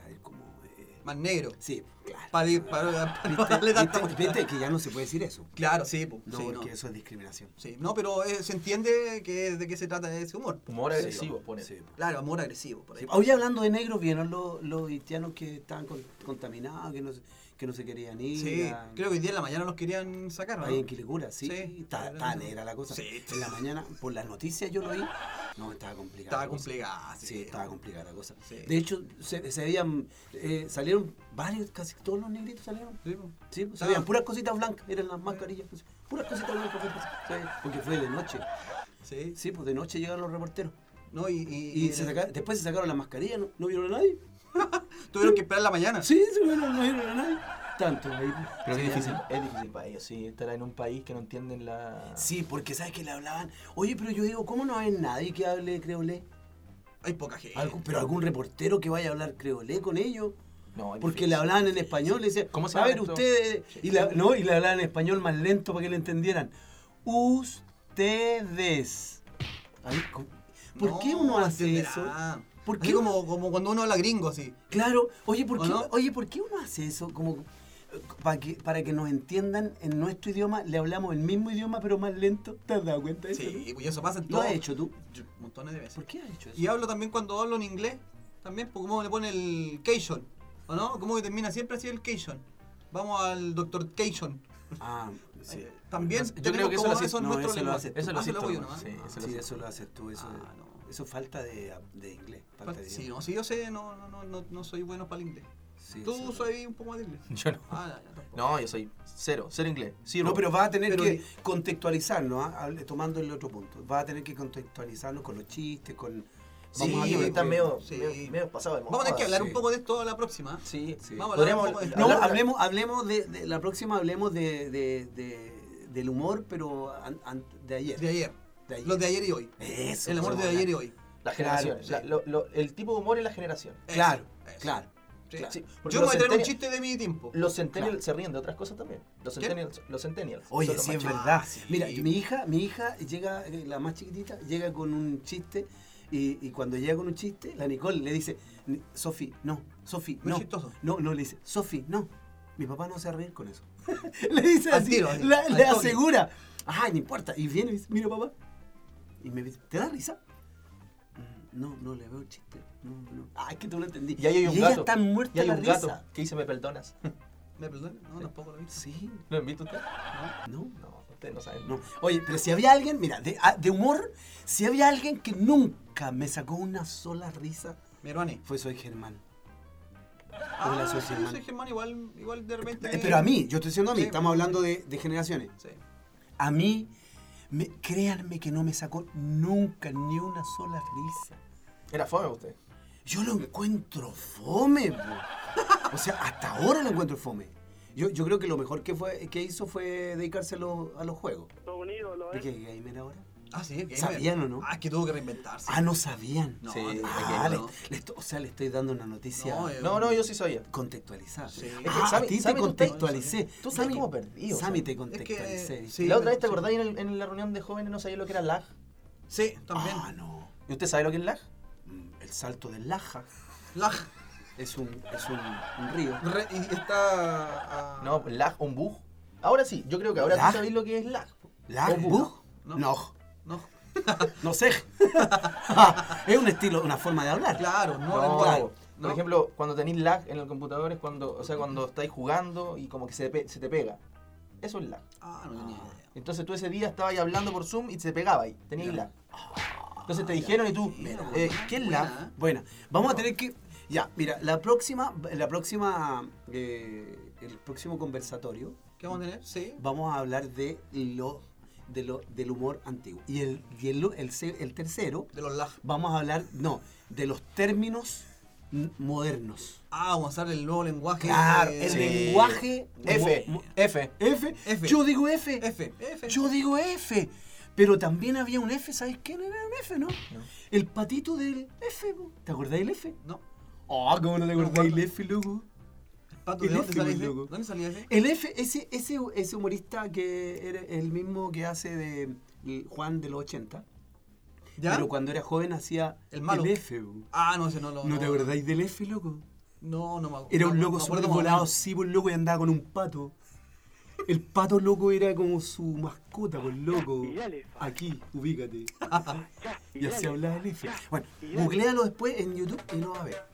a ver, como... eh, Más negro. Sí, claro. para no darle ¿Viste? tanta ¿Viste? vuelta. ¿Viste? Que ya no se puede decir eso. Claro, sí, po, No, sí, no. porque eso es discriminación. Sí, no, pero eh, se entiende que, de qué se trata ese humor. Humor Sí, agresivo, po. pone. Sí, po. Claro, amor agresivo, por ahí. Hoy hablando de negros, ¿vieron los, los haitianos que estaban con- contaminados, que no, se- que no se querían ir? Sí, a- creo que hoy día en la mañana los querían sacar, ¿no? Ahí en Quilicura, sí. Sí. Está, está negra la cosa. Sí. En la mañana, por las noticias yo lo vi. No, estaba complicada. Estaba la cosa. complicada, Sí, sí. estaba complicada la cosa. Sí. De hecho, se, se veían, eh, salieron varios, casi todos los negritos salieron. Sí, po. Sí, pues, se Ah. veían puras cositas blancas, eran las mascarillas. pues, puras cositas blancas, fue, pues, se veían, porque fue de noche. Sí. Sí, pues de noche llegaron los reporteros. No, y, y- Y y- se saca- después se sacaron las mascarillas, ¿no, ¿No vieron a nadie? tuvieron que esperar la mañana. Sí, se vieron, no vieron a nadie. Tanto, ahí. pues. Pero Sí, es difícil, ya. es difícil para ellos, sí, estar en un país que no entienden la... Sí, porque sabes que le hablaban. Oye, pero yo digo, ¿cómo no hay nadie que hable creolé? Hay poca gente. Algún- pero algún reportero que vaya a hablar creolé con ellos. No, es Porque difícil. le hablaban en español, le decían, ¿Cómo se a llama ver, esto? ustedes, Sí. y, la- no, y le hablaban en español más lento para que le entendieran. Ustedes. Ay, ¿cómo? ¿Por No, qué uno hace entenderá. eso? ¿Por ¿Por qué qué? Como, como cuando uno habla gringo, así. Claro, oye, ¿por ¿O qué, no? oye, ¿por qué uno hace eso? Como para que, para que nos entiendan en nuestro idioma, le hablamos el mismo idioma pero más lento. ¿Te has dado cuenta de eso? Sí, pues y eso pasa en ¿Lo todo. has hecho tú? Yo- Montones de veces. ¿Por qué has hecho eso? Y hablo también cuando hablo en inglés, también, porque como le pone el Cation, ¿o no? Como que termina siempre así el Cation. Vamos al doctor Cation. Ah, pues sí. También Yo creo tenemos que eso como lo haces- en no, nuestro eso lo lenguaje. haces tú. Eso lo Ah, haces hago tú, yo ¿no? nomás. Sí, Ah, eso lo sí, haces eso lo haces tú, eso, Ah, no. eso falta de, de inglés. Falta de Sí, idioma. no, sí, yo sé, no, no, no, no, no soy bueno para el inglés. Sí, Tú eso- soy un poco más de inglés. Yo no. Ah, ya, ya, tampoco. No, yo soy cero, cero inglés. Zero. No, pero vas a tener Pero- que contextualizarnos, ¿ah? Habl- tomando el otro punto. Vas a tener que contextualizarnos con los chistes, con... Sí, Vamos a pero tener está que- medio, sí. medio, medio pasado de Vamos a tener que moda, hablar sí. un poco de esto a la próxima. Sí, sí. Vamos a hablar Podríamos un poco de- No, hablar- hablemos, hablemos de, de- la próxima, hablemos de, de- de- del humor, pero an- an- de ayer. De ayer. De ayer. Los de ayer y hoy. Eso, El amor vamos de a ayer y hablar. hoy. Las generaciones. Claro, la- lo- lo- el tipo de humor es la generación. Eso, Claro, eso. claro. Sí. claro. Sí, porque Yo me los voy a traer un centenials- chiste de mi tiempo. Los centennials se ríen de otras cosas también. Los ¿Qué? centennials, los centennials. son Oye, los sí, más es chicos. verdad. Ah, sí. Mira, mi hija, mi hija llega, eh, la más chiquitita, llega con un chiste y, y cuando llega con un chiste, la Nicole le dice, "Ni- Sofi, no, Sofi, Muy no. chistoso. No, no, le dice, Sofi, no. Mi papá no se va a reír con eso. le dice Al así, tiro, así, la- al le toque. asegura. Ay, no importa. Y viene y dice, mira papá. Y me dice, ¿te da risa? "Mm, No, no le veo el chiste. No, no. Ah, es que tú lo entendí. Y ahí hay un ella gato. está muerta Y hay la un risa. gato que dice, ¿me perdonas? ¿Me perdonas? No, tampoco lo vi. Sí, ¿Lo han visto usted? no. No, ustedes no saben. No. Oye, pero si había alguien, mira, de, ah, de humor, si había alguien que nunca me sacó una sola risa, Mi hermano. fue Soy Germán. Ah, soy sí, Germán. yo soy Germán igual, igual de repente. Eh, Pero a mí, yo estoy diciendo a mí, Sí. estamos hablando de, de generaciones. Sí. A mí, me- créanme que no me sacó nunca ni una sola risa. Era fome usted. Yo lo encuentro fome, po. O sea, hasta ahora lo encuentro fome. Yo, yo creo que lo mejor que, fue, que hizo fue dedicarse a, los- a los juegos. ¿Y qué gamer ahora? Ah, sí, es gamer. ¿Sabían o no? Ah, es que tuvo que reinventarse. Ah, no sabían. No, Sí, no, de Ah, no. le- le esto- o sea, le estoy dando una noticia No, eh, No, no, yo sí sabía. contextualizada. Sí. Es que, Ah, Sammy- a ti te Sammy, tú estás- contextualicé. tú estás Sammy- como perdido, Sammy, Sammy. te Es que, contextualicé. eh, ¿viste? sí. la otra vez, ¿te acordáis en, el- en la reunión de jóvenes no sabía lo que era lag? Sí, también. Ah, no. ¿Y usted sabe lo que es lag? Mm, El salto del Laja Laj. es un, es un, un río. Re- y está. ah, No, lag, un bug. Ahora sí, yo creo que ahora ¿Lag? tú sabéis lo que es lag. ¿Lag? ¿Bug? ¿Bug? No. No. no. No sé. Ah, es un estilo, una forma de hablar. Claro, no, No, no, por no. ejemplo, cuando tenéis lag en el computador es cuando, o sea, cuando estáis jugando y como que se, pe- se te pega. Eso es lag. Ah, no tenía idea. Entonces tú ese día estabas ahí hablando por Zoom y se pegaba ahí, tenías lag. Entonces te dijeron y tú, Mira, eh, buena, ¿qué es buena, lag? Bueno, vamos a tener que. Ya, mira, la próxima, la próxima, eh, el próximo conversatorio ¿Qué vamos a tener? Sí. vamos a hablar de lo, de lo del humor antiguo. Y el, y el, el se- el tercero, De los lag. vamos a hablar, no, de los términos n- modernos. Ah, vamos a usar el nuevo lenguaje. Claro, eh, el Sí. lenguaje F, mo- mo- F. F, F. yo digo F, F. F. yo digo F. Pero también había un F, ¿sabes quién era un F, no? El patito del F, po. ¿te acordás del F? No. Ah, ¿cómo no te acordás del F, loco? Pato, ¿de El dónde F, salía muy ese? loco. ¿Dónde salía ese? El F, ese, ese, ese humorista que era el mismo que hace de el Juan de los 80, ¿Ya? pero cuando era joven hacía El malo. F. bu. Ah, no, ese no lo. ¿No te acordáis del F, loco? No, no me acuerdo. Era un me loco acuerdo súper más o volado, menos. sí, por loco, y andaba con un pato. El pato loco era como su mascota, por loco. Aquí, ubícate. Y así hablaba el F. Bueno, Googlealo después en YouTube y lo vas a ver.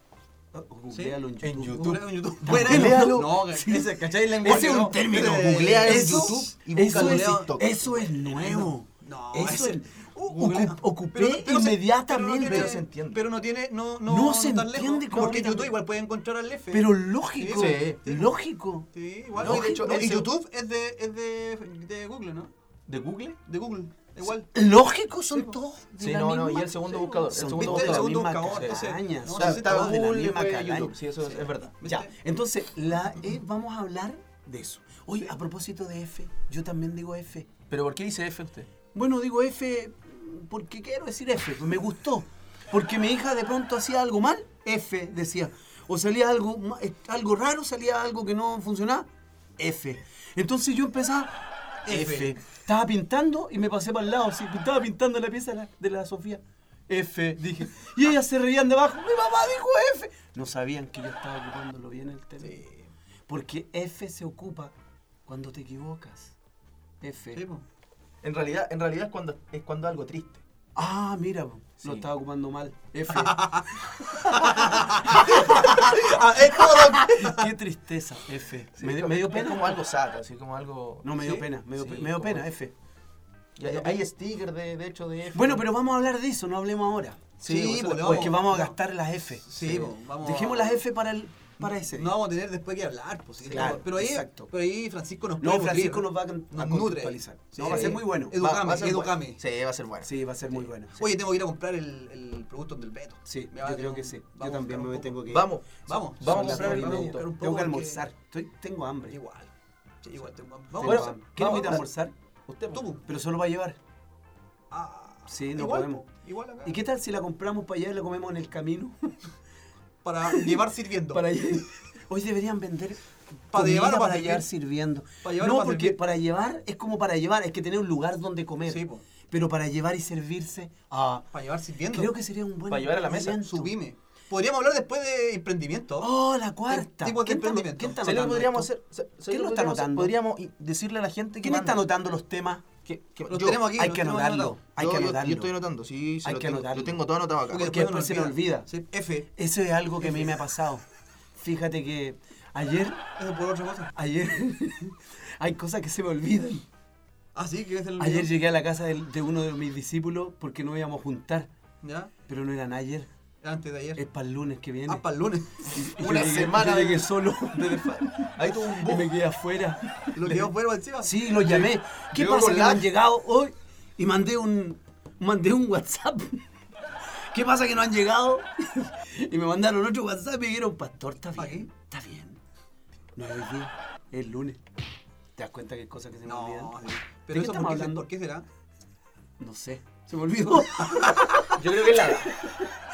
o- o googlealo en En YouTube. YouTube. Googlea en YouTube. Bueno, Googlealo. No, ese, ¿cachai? El lenguaje, Ese es no. un término. Eh, Googlea en eso- YouTube y búscalo en eso es- TikTok. Eso es nuevo. No, eso ese- es. o- Googlea. ocu- Ocupé Pero- pero se- inmediatamente. Pero no, se tiene, entiende. pero no tiene. No, no, No se tan lejos, entiende como Porque ahorita. YouTube igual puede encontrar al F. Pero lógico, Sí. lógico. Sí, igual. No, y de hecho, no, el ese- YouTube es de, es de, de Google, ¿no? ¿De Google? De Google. Igual. Lógico son todos. de Sí, la no, no, y misma- el segundo buscador. El Son segundo ¿Viste? El buscador. segundo misma buscador. entonces, no, calaña, son entonces todos estaba Está de la Google misma después de calaña. YouTube. Sí, eso es, es verdad. ¿Viste? Ya, entonces la E vamos a hablar de eso. Oye, a propósito de F, yo también digo F. ¿Pero por qué dice F usted? Bueno, digo F porque quiero decir F, pues me gustó. Porque mi hija de pronto hacía algo mal, F decía. O salía algo, ma- eh, algo raro, salía algo que no funcionaba, F. Entonces yo empezaba, F. Estaba pintando y me pasé para el lado, sí, estaba pintando la pieza de la, de la Sofía. F, dije. Y ellas se reían debajo, mi mamá dijo F. No sabían que yo estaba ocupándolo bien el tema. Porque F se ocupa cuando te equivocas. F. Sí, po. En realidad, en realidad es cuando es cuando algo triste. Ah, mira, po. Sí. lo estaba ocupando mal. F. Ah, Qué tristeza, F. me, dio, me dio Es pena. como algo sad, así como algo. No, me dio ¿Sí? pena, me dio, Sí, pe- me dio como- pena, F. Y hay, hay stickers de, de hecho de F. Bueno, pero vamos a hablar de eso, no hablemos ahora. Sí, o pues, sea, lo o es que vamos a no. gastar las F. Sí, po, vamos a- Dejemos las F para, el, para ese. No vamos a tener después que hablar, pues. sí, Claro, no, pero ahí, exacto. pero ahí Francisco nos No, puede Francisco nutrir, nos va a con- a nutre. contextualizar. Sí, No, va a sí. ser muy bueno. Educame, a ser educame. bueno. Sí, va a ser bueno. Sí, va a ser muy bueno. Oye, tengo que ir a comprar el, el producto del Beto. Sí, Me va a yo tener creo un- que sí. vamos Yo a también buscar me un tengo que. Vamos, Vamos, Son vamos a las comprar el dos y media. producto. un Tengo poco que almorzar. Estoy- tengo poco. hambre. Igual. Sí, igual tengo hambre. Tengo Vamos, Bueno, hambre. vamos, ¿Quieres invitar a vamos. almorzar? Usted, po. tú. po. Pero solo va a llevar. Ah, Sí, no igual, podemos. po, Igual acá. ¿Y qué tal si la compramos para allá y la comemos en el camino? Para llevar sirviendo. Para allá. Hoy deberían vender ¿Para comida llevar o para para servir? llevar sirviendo. ¿Para llevar o no, para porque servir? para llevar es como para llevar, es que tener un lugar donde comer. Sí, po. Pero para llevar y servirse, ah, Para llevar sirviendo. creo que sería un buen. Para llevar a la mesa. invento. Subime. Podríamos hablar después de emprendimiento. Oh, la cuarta. Tipos de ¿Quién está- emprendimiento. ¿Quién está ¿Sabes lo que anotando podríamos esto? hacer? ¿Sabes ¿Quién que lo está podríamos hacer? anotando? Podríamos i- decirle a la gente que. ¿Quién está mande. anotando los temas? Que- que- Los yo- tenemos aquí. hay los que tenemos anotarlo. anotados. Hay yo- que yo- anotarlo. Yo estoy anotando, sí, sí. Hay lo que tengo, anotarlo. Lo tengo todo anotado acá. Porque Porque después se le olvida. Sí, F. Eso es algo que a mí me ha pasado. Fíjate que ayer, Eso por otra cosa. ayer, hay cosas que se me olvidan. Ah, sí, que es el Ayer llegué a la casa del- de uno de mis discípulos porque no íbamos a juntar, ¿Ya? pero no eran ayer, Antes de ayer. es para el lunes que viene. Ah, para el lunes. Y yo una llegué- semana yo de- llegué solo de fa- Ahí tuvo un y me quedé afuera. Lo que yo fuera encima. Sí, lo llamé. ¿Qué Llegó pasa con que no han lag. llegado hoy? Y mandé un mandé un WhatsApp. ¿Qué pasa que no han llegado? Y me mandaron otro WhatsApp y me dijeron, "Pastor, está ¿Pa' bien, está bien." No es hoy día, es lunes. ¿Te das cuenta que hay cosas que se me No, olvidan? sí. qué pero eso estamos por qué, se- hablando? ¿por qué será? No sé, se me olvidó. Yo creo que es la edad.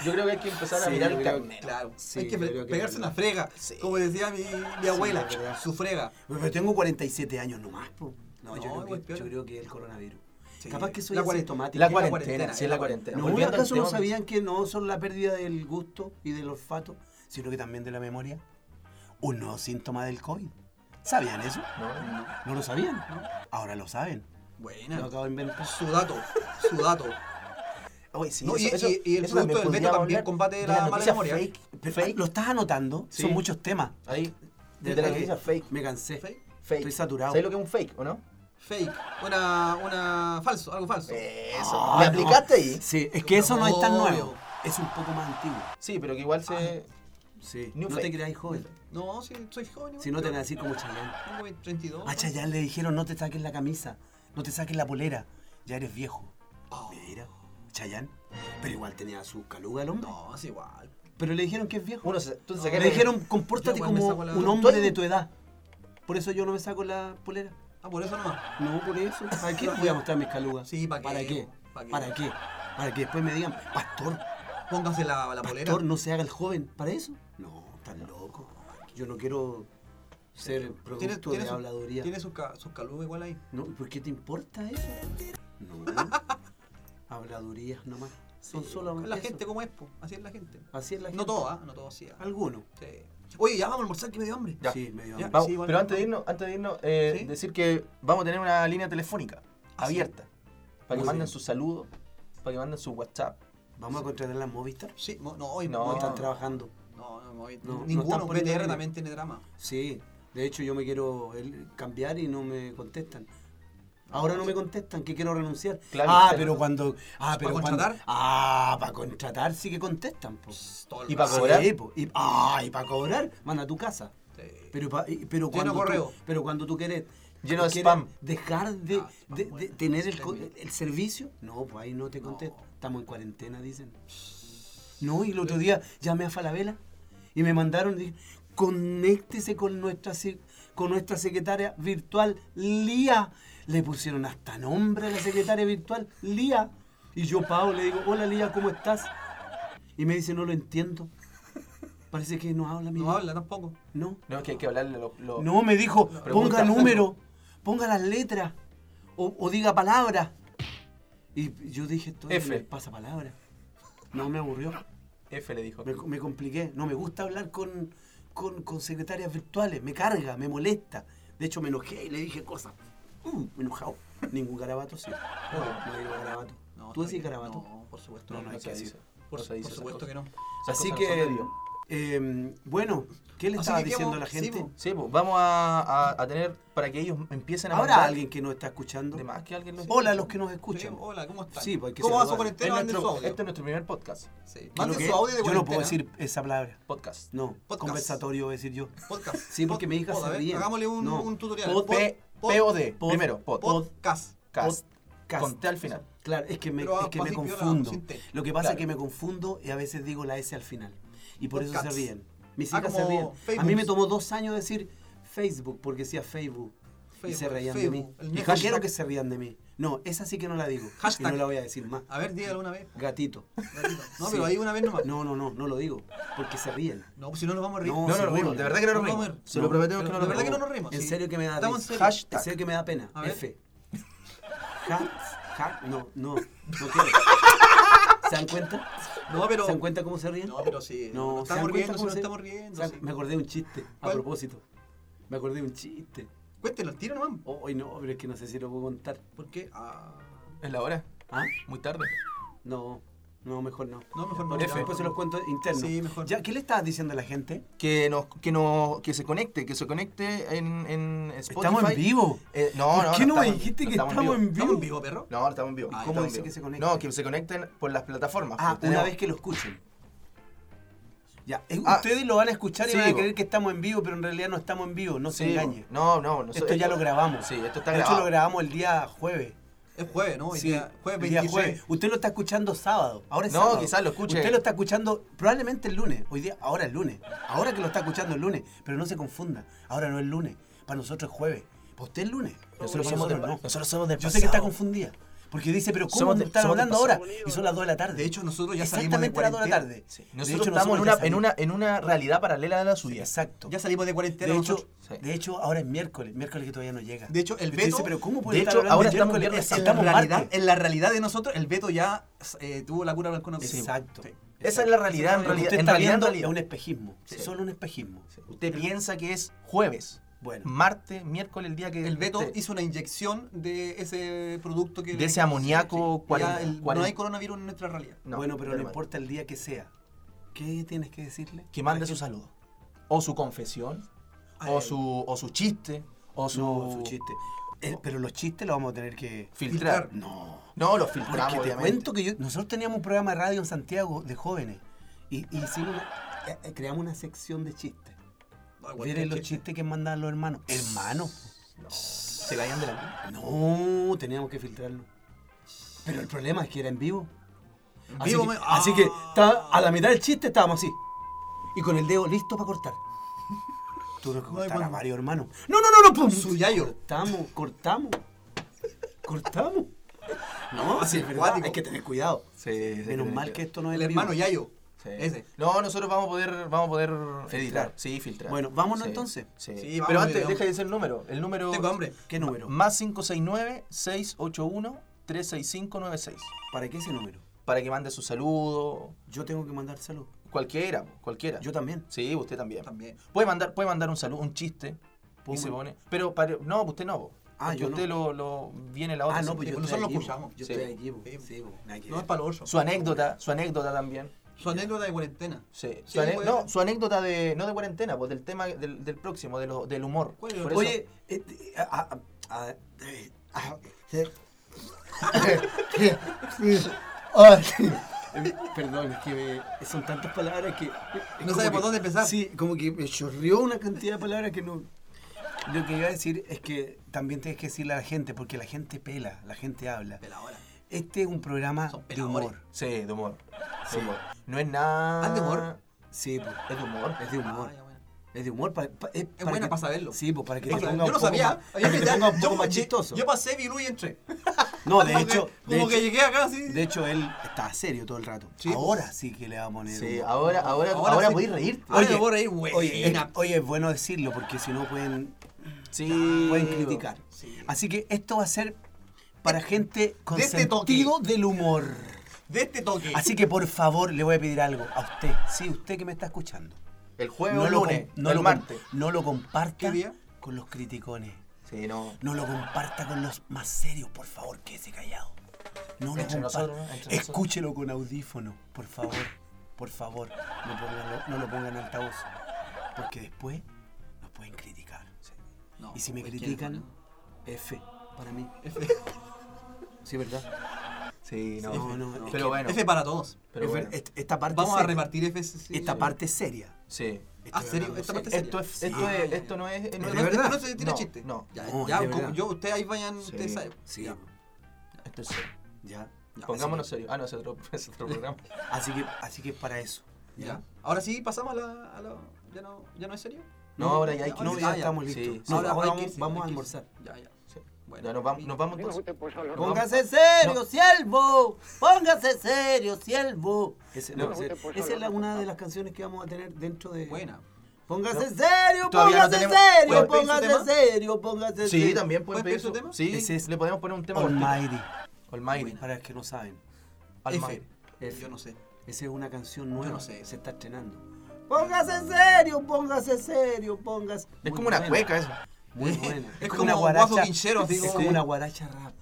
Yo creo que hay que empezar a Sí, mirar yo el creo- carnet. Claro, Sí, hay que yo pe- creo que pegarse es una verdad. frega, como decía mi, mi abuela, es verdad. su frega. Pero tengo 47 años nomás, po. No, igual peor. que es el coronavirus. Sí. Capaz que soy La cuarentena. asintomático. La cuarentena, cuarentena, sí, es la la cuarentena. cuarentena. No, Volviendo al ¿acaso no tema- sabían que no son la pérdida del gusto y del olfato, sino que también de la memoria? Un nuevo síntoma del COVID. ¿Sabían eso? No, no. No lo sabían. Ahora lo saben. Lo Buena. acabo de inventar. Su dato, su dato. Oye, sí, No, y- eso- y- eso- y el eso producto del Beto podríamos también hablar combate la de las mala noticias memoria. Fake, Pero, ah, fake. ¿Lo estás anotando? Sí. Son muchos temas. Ahí. Desde Desde la que- noticia fake. Me cansé. Fake. Fake. Estoy saturado. ¿Sabes lo que es un fake o no? Fake, una, una falso, algo falso. Eso. Ah, ¿Me no. aplicaste ahí? Sí, es que eso no, es tan No. nuevo. Es un poco más antiguo. Sí, pero que igual Ah. se. Sí. New no te fake. creáis joven. No, sí, soy joven. Si no te van a decir como Chayanne. Tengo 32. A Chayanne le dijeron no te saques la camisa, no te saques la polera, ya eres viejo. Ah. Mira, Chayanne. Pero igual tenía su caluga el hombre. No, es igual. Pero le dijeron que es viejo. Uno se. Tú te sacas le la- dijeron compórtate Yo igual me como saco la- un hombre de tu edad. Por eso yo no me saco la polera. Ah, por eso nomás. No, por eso. ¿Para qué les voy a mostrar mis calugas? Sí, ¿para qué? ¿Para ¿Para qué? qué? ¿Para qué? Para que después me digan, pastor, Póngase la, la polera. pastor, no se haga el joven. ¿Para eso? No, tan loco. Yo no quiero ser producto de su- habladuría. Tiene sus ca- sus calugas igual ahí. No, ¿y ¿por qué te importa eso? No. Habladurías nomás. Son solo La eso. gente como es, po. así es la gente. Así es la gente. No todas, no todas sí. ah. Algunos. Sí. Oye, ya vamos a almorzar que me dio hambre. Ya. Sí, medio Ya. hambre. Vamos, Sí, igual pero me- antes de irnos, antes de irnos eh, ¿Sí? decir que vamos a tener una línea telefónica Ah, sí. abierta para que Muy manden bien. sus saludos, para que manden su WhatsApp. Vamos a contratar las Movistar. Sí, mo- no, hoy No. no. Están trabajando. No, no, hoy No, no ninguno. están poniendo BTR línea. también tiene drama. Sí, de hecho yo me quiero el- cambiar y no me contestan. Ahora no me contestan, que quiero renunciar. Claro, ah, claro. pero cuando. Ah, ¿Para pero cuando- contratar? ah, para contratar sí que contestan, po. Todo el Y pa' rato. Sí, cobrar. po. Y, ah, y para cobrar, manda a tu casa. Sí. Pero, pa- y- pero, Lleno cuando correo. Tú, pero cuando tú quieres. Lleno de quieres spam. Dejar de, Ah, spam, de- de bueno. tener el, Sí, co- bien. el servicio. No, pues ahí no te No. contesto. Estamos en cuarentena, dicen. No, y el otro día llamé a Falabella y me mandaron, dije, conéctese con nuestra, se- con nuestra secretaria virtual, Lía. Le pusieron hasta nombre a la secretaria virtual, Lía. Y yo, Pau, le digo, hola Lía, ¿cómo estás? Y me dice, no lo entiendo. Parece que no habla mi No Lía". habla tampoco. No. No, es que hay que hablarle lo- lo- No, me dijo, Pregunta. ponga número, ponga las letras, o, o diga palabras. Y yo dije, esto es F. el pasapalabra. No, me aburrió. F le dijo. Me, me compliqué. No me gusta hablar con, con, con secretarias virtuales. Me carga, me molesta. De hecho, me enojé y le dije cosas. Mm, enojado. Ningún garabato, sí. No, no digo garabato. No, ¿Tú está bien. decís garabato? No, por supuesto. No, no hay se que dice, decir. Por, no se su- dice por esas supuesto cosas. que no. Esas Así cosas no que, son de Dios. eh, bueno, ¿qué le Así estaba que diciendo a quedamos- la sí, gente? po. Sí, pues vamos a, a- a tener para que ellos empiecen a ¿Habrá mandar- alguien que nos está escuchando? de más que alguien lo Hola a los que nos escuchan. Sí, hola, ¿cómo están? Sí, pues hay que ¿Cómo va su saludar. este es cuarentena? Manden su nuestro, audio. este es nuestro primer podcast. Sí. Yo Manden su creo que- audio de Yo no puedo cuarentena. decir esa palabra. Podcast. No, Podcast. conversatorio voy a decir yo. Podcast. Sí, porque Pod- mi hija pod, se a ver, ríe. Hagámosle un, No. un tutorial. Pod- P- POD. Primero, pod. Podcast. Cast. Podcast. Con T al final. Claro, es que me, Pero, ah, es que me fácil, piola, confundo. sin T. Lo que pasa Claro. es que me confundo y a veces digo la S al final. Y por eso Podcasts. se ríen. Mis Ah, hijas se como ríen. A Facebooks. mí me tomó dos años decir Facebook porque decía Facebook. y se Facebook, reían de mí. Facebook, el Y hashtag. quiero que se rían de mí. No, esa sí que no la digo. Hashtag. Y no la voy a decir más. A ver, dígalo una vez. Gatito. ratito. No, Sí. pero ahí una vez nomás. No, no, no, no lo digo. Porque se ríen. No, pues si no nos vamos a reír. No, No, no, seguro. no, rimos, de verdad que no nos No, rimos. no, Se no. lo prometemos que no De nos verdad que no rimos. nos rimos. En sí. serio que me da Estamos risa. en serio. Hashtag. En serio que me da pena. A ver. F. Ja- ja- no, no, no quiero. ¿Se dan cuenta? No, pero. ¿Se dan cuenta cómo se ríen? No, pero sí. No, No, ¿se estamos dan cuenta riendo, si cómo no se- estamos O riendo. sea, sí. me acordé de un chiste, a ¿Cuál? propósito. Me acordé de un chiste. Cuéntenlo, al tiro nomás. Hoy no, pero es que no sé si lo puedo contar. ¿Por qué? Ah, Es la hora. ¿Ah? Muy tarde. No, no, mejor no. no, mejor no. Por F. ya, Después se los cuento internos. Sí, mejor. Ya, ¿Qué le estabas diciendo a la gente? Que nos, que nos, que se conecte, que se conecte en, en Spotify. Estamos en vivo. Ah, Eh, no, no, ¿Por qué no, me estamos- dijiste no que estamos en vivo? ¿Estamos en vivo, perro? No, no estamos en vivo. ¿Y Ah, cómo estamos en dice vivo. que se conecten? No, que se conecten por las plataformas. Ah, pues, una tenemos- vez que lo escuchen. Ya, eh, Ah. ustedes lo van a escuchar y Sí, van a bo. creer que estamos en vivo, pero en realidad no estamos en vivo, no se Sí, engañen. No, no, no. esto, ya lo grabamos. Sí, esto está de grabado. Oh, hecho, lo grabamos el día jueves. Es jueves, ¿no? Hoy Sí, día- jueves el día 26. jueves. Usted lo está escuchando sábado. Ahora es No, sábado. quizás lo escuche. Usted lo está escuchando probablemente el lunes. Hoy día, ahora es lunes. Ahora que lo está escuchando el lunes. Pero no se confunda. Ahora no es lunes. Para nosotros es jueves. Para usted es lunes. Nosotros, somos nosotros del- no. nosotros somos del Yo sé que está pasado. confundida. Porque dice, pero ¿cómo Somos me del- están somos del hablando ahora? pasado. Y son las 2 de la tarde. De hecho, nosotros ya salimos de Exactamente las 2 de la cuarentena. tarde. Sí. De Nosotros hecho, estamos en ya una, en, salimos. una, en una realidad paralela a la suya. Exacto. Ya salimos de cuarentena. De hecho, nosotros. Sí. de hecho, ahora es miércoles, miércoles que todavía no llega. De hecho, el Usted dice, Beto- pero ¿cómo puede De estar hecho, hablando ahora de estamos miércoles? viernes, en, la Estamos realidad, martes. en la realidad de nosotros, el Beto ya eh, tuvo la cura para el coronavirus. Exacto. Sí. Esa es la realidad, en Lo que realidad. usted En está realidad, en viendo realidad. es un espejismo, Sí. solo un espejismo. Usted piensa que es jueves, Bueno, martes, miércoles, el día que. El Beto usted- hizo una inyección de ese producto que. De ese amoníaco Ya cuarenta- el- No cuarenta. hay coronavirus en nuestra realidad. No, bueno, pero no normal. importa el día que sea. ¿Qué tienes que decirle? Que mande su saludo. O su confesión. Ay, o, ay. su, o su chiste. O su. No, su chiste. Eh, pero los chistes los vamos a tener que. Filtrar. Filtrar. No. No, los Porque filtramos. te obviamente. cuento que yo- nosotros teníamos un programa de radio en Santiago de jóvenes y, y hicimos una- eh, eh, creamos una sección de chistes. Ah, cualquier ¿Vieron los chiste. chistes que mandaban los hermanos? Hermanos. Se caían de la mano. No, teníamos que filtrarlo. Pero el problema es que era en vivo. En Así, vivo que, me- así que Ah. estaba- a la mitad del chiste estábamos así. Y con el dedo listo para cortar. Tuve que No, cortar a bueno. varios hermanos. No, no, no, no, pum. Su yayo. Cortamos, cortamos. Cortamos. No, sí, es verdad, acuático. Hay que tener cuidado. Sí, sí, Menos sí, mal sí. que esto no es El en vivo. hermano Yayo. Sí. Ese. No, nosotros vamos a poder, vamos a poder editar. Sí, filtrar. Bueno, vámonos Sí, entonces. Sí. Sí, Pero vámonos, antes, digamos. deja de decir el número. El número. Tengo hambre. ¿Qué número? Más 569-681-36596. ¿Para qué ese número? Para que mande su saludo. Yo tengo que mandar salud. Cualquiera, po, cualquiera. Yo también. Sí, usted también. También. Puede mandar, puede mandar un saludo, un chiste. Pum. Y se pone. Pero para- no, usted no. po. Ah, Porque yo no. usted lo, lo viene la otra. Ah, no, pues yo siempre. Nosotros lo estoy aquí, escuchamos. po. Yo Sí. estoy aquí, po. Sí, po. Sí, pues. po. Nada que No ver. es para los osos. Su anécdota, su anécdota también. Su anécdota de cuarentena. Sí. Sí, Su, ane- puede no, ser. su anécdota de. No de cuarentena, pues del tema del, del próximo, de lo- del humor. ¿Cuál es? Por eso- Oye, este, a- a- a- a- a- Perdón, es que me- son tantas palabras que. No como sabe por que- dónde empezar. Sí, como que me chorreó una cantidad de palabras que no. Lo que iba a decir es que también tienes que decirle a la gente, porque la gente pela, la gente habla. De la hora. Este es un programa Son de peladores. humor. Sí, de humor. De humor. No es nada. Ah, de humor. Sí, po, Es de humor. es de humor. Ah, ya, bueno. Es de humor. pa- pa- es bueno que- para saberlo. Sí, pues para que te Yo ponga un no poco sabía. más- Había para que te pensado- ponga un poco yo, más yo- chistoso. yo pasé, vi luz y entré. No, de Como hecho, que- de como que hecho, llegué acá así. de hecho, él estaba serio todo el rato. Sí, pues. ahora sí que le va a poner. Sí, un- ahora, ahora, ahora, Ahora sí. podéis pues. reírte. Ahora me voy a reír, güey. Oye, es, oye, es bueno decirlo porque si no pueden, Sí. pueden criticar. Sí. Así que esto va a ser para gente con de este toque. sentido del humor. De este toque. Así que por favor le voy a pedir algo a usted, sí, usted que me está escuchando. El jueves o el lo, lunes. com- no el lo com- martes. no lo comparta ¿Qué día? con los criticones. Sí, no. No lo comparta con los más serios, por favor, quédese callado. No lo Entre comparta. nosotros, ¿no? Entre Escúchelo con audífono, por favor. Por favor, no, pongan- no lo pongan en altavoz. Porque después nos pueden criticar. No, y si me cualquiera, critican, ¿no? F para mí. F. Sí, ¿verdad? Sí, no. No, no, es que- pero bueno. F para todos. pero F- bueno. est- Esta parte Vamos a seria. repartir F. sí. Esta parte seria. Sí. Ah, Estoy ¿serio? hablando Esta serio. parte Esto, es, seria. esto, Ah, es, ya, esto ya. no es. No, no ¿De es- no, verdad? esto no se tiene No, chiste. no. Ya, No, ya, de como verdad. yo, ustedes ahí vayan, Sí. ustedes saben. Sí, Ya. esto es serio. ya. ya. Pongámonos serio. Ah, no, es otro, es otro programa. Así que, así que para eso. Ya. Ahora sí pasamos a la. a la- ¿Ya, no, ¿Ya no es serio? No, ahora ya hay que ahora- No, irse. ya ah, estamos Sí, listos. sí. No, Ahora ahora hay que vamos, irse, vamos a hay que irse. almorzar. Ya, ya. Sí. Bueno. Ya, nos vamos, nos vamos A mí me entonces. gusta el pollo, Vamos. Póngase serio, siervo. Póngase serio, siervo. Ese- No, no, ese- no, pues, esa es la- no, no, una no. de las canciones que vamos a tener dentro de. Buena. Póngase serio, Todavía no póngase tenemos- serio, ¿Puedo pedir su póngase tema? serio, póngase serio. Sí, también ¿Puedes pueden pedir pedir su su tema? Sí, Ese es- le podemos poner un tema cortito. Almighty. Almighty. Para los que no saben, Almighty. F. F. Yo no sé. esa es una canción nueva. no sé. Se está estrenando. Póngase serio, póngase serio, póngase. Es Muy como una buena. cueca eso. Muy buena. Es como un guaso quinchero, así Es como- como una guaracha rap.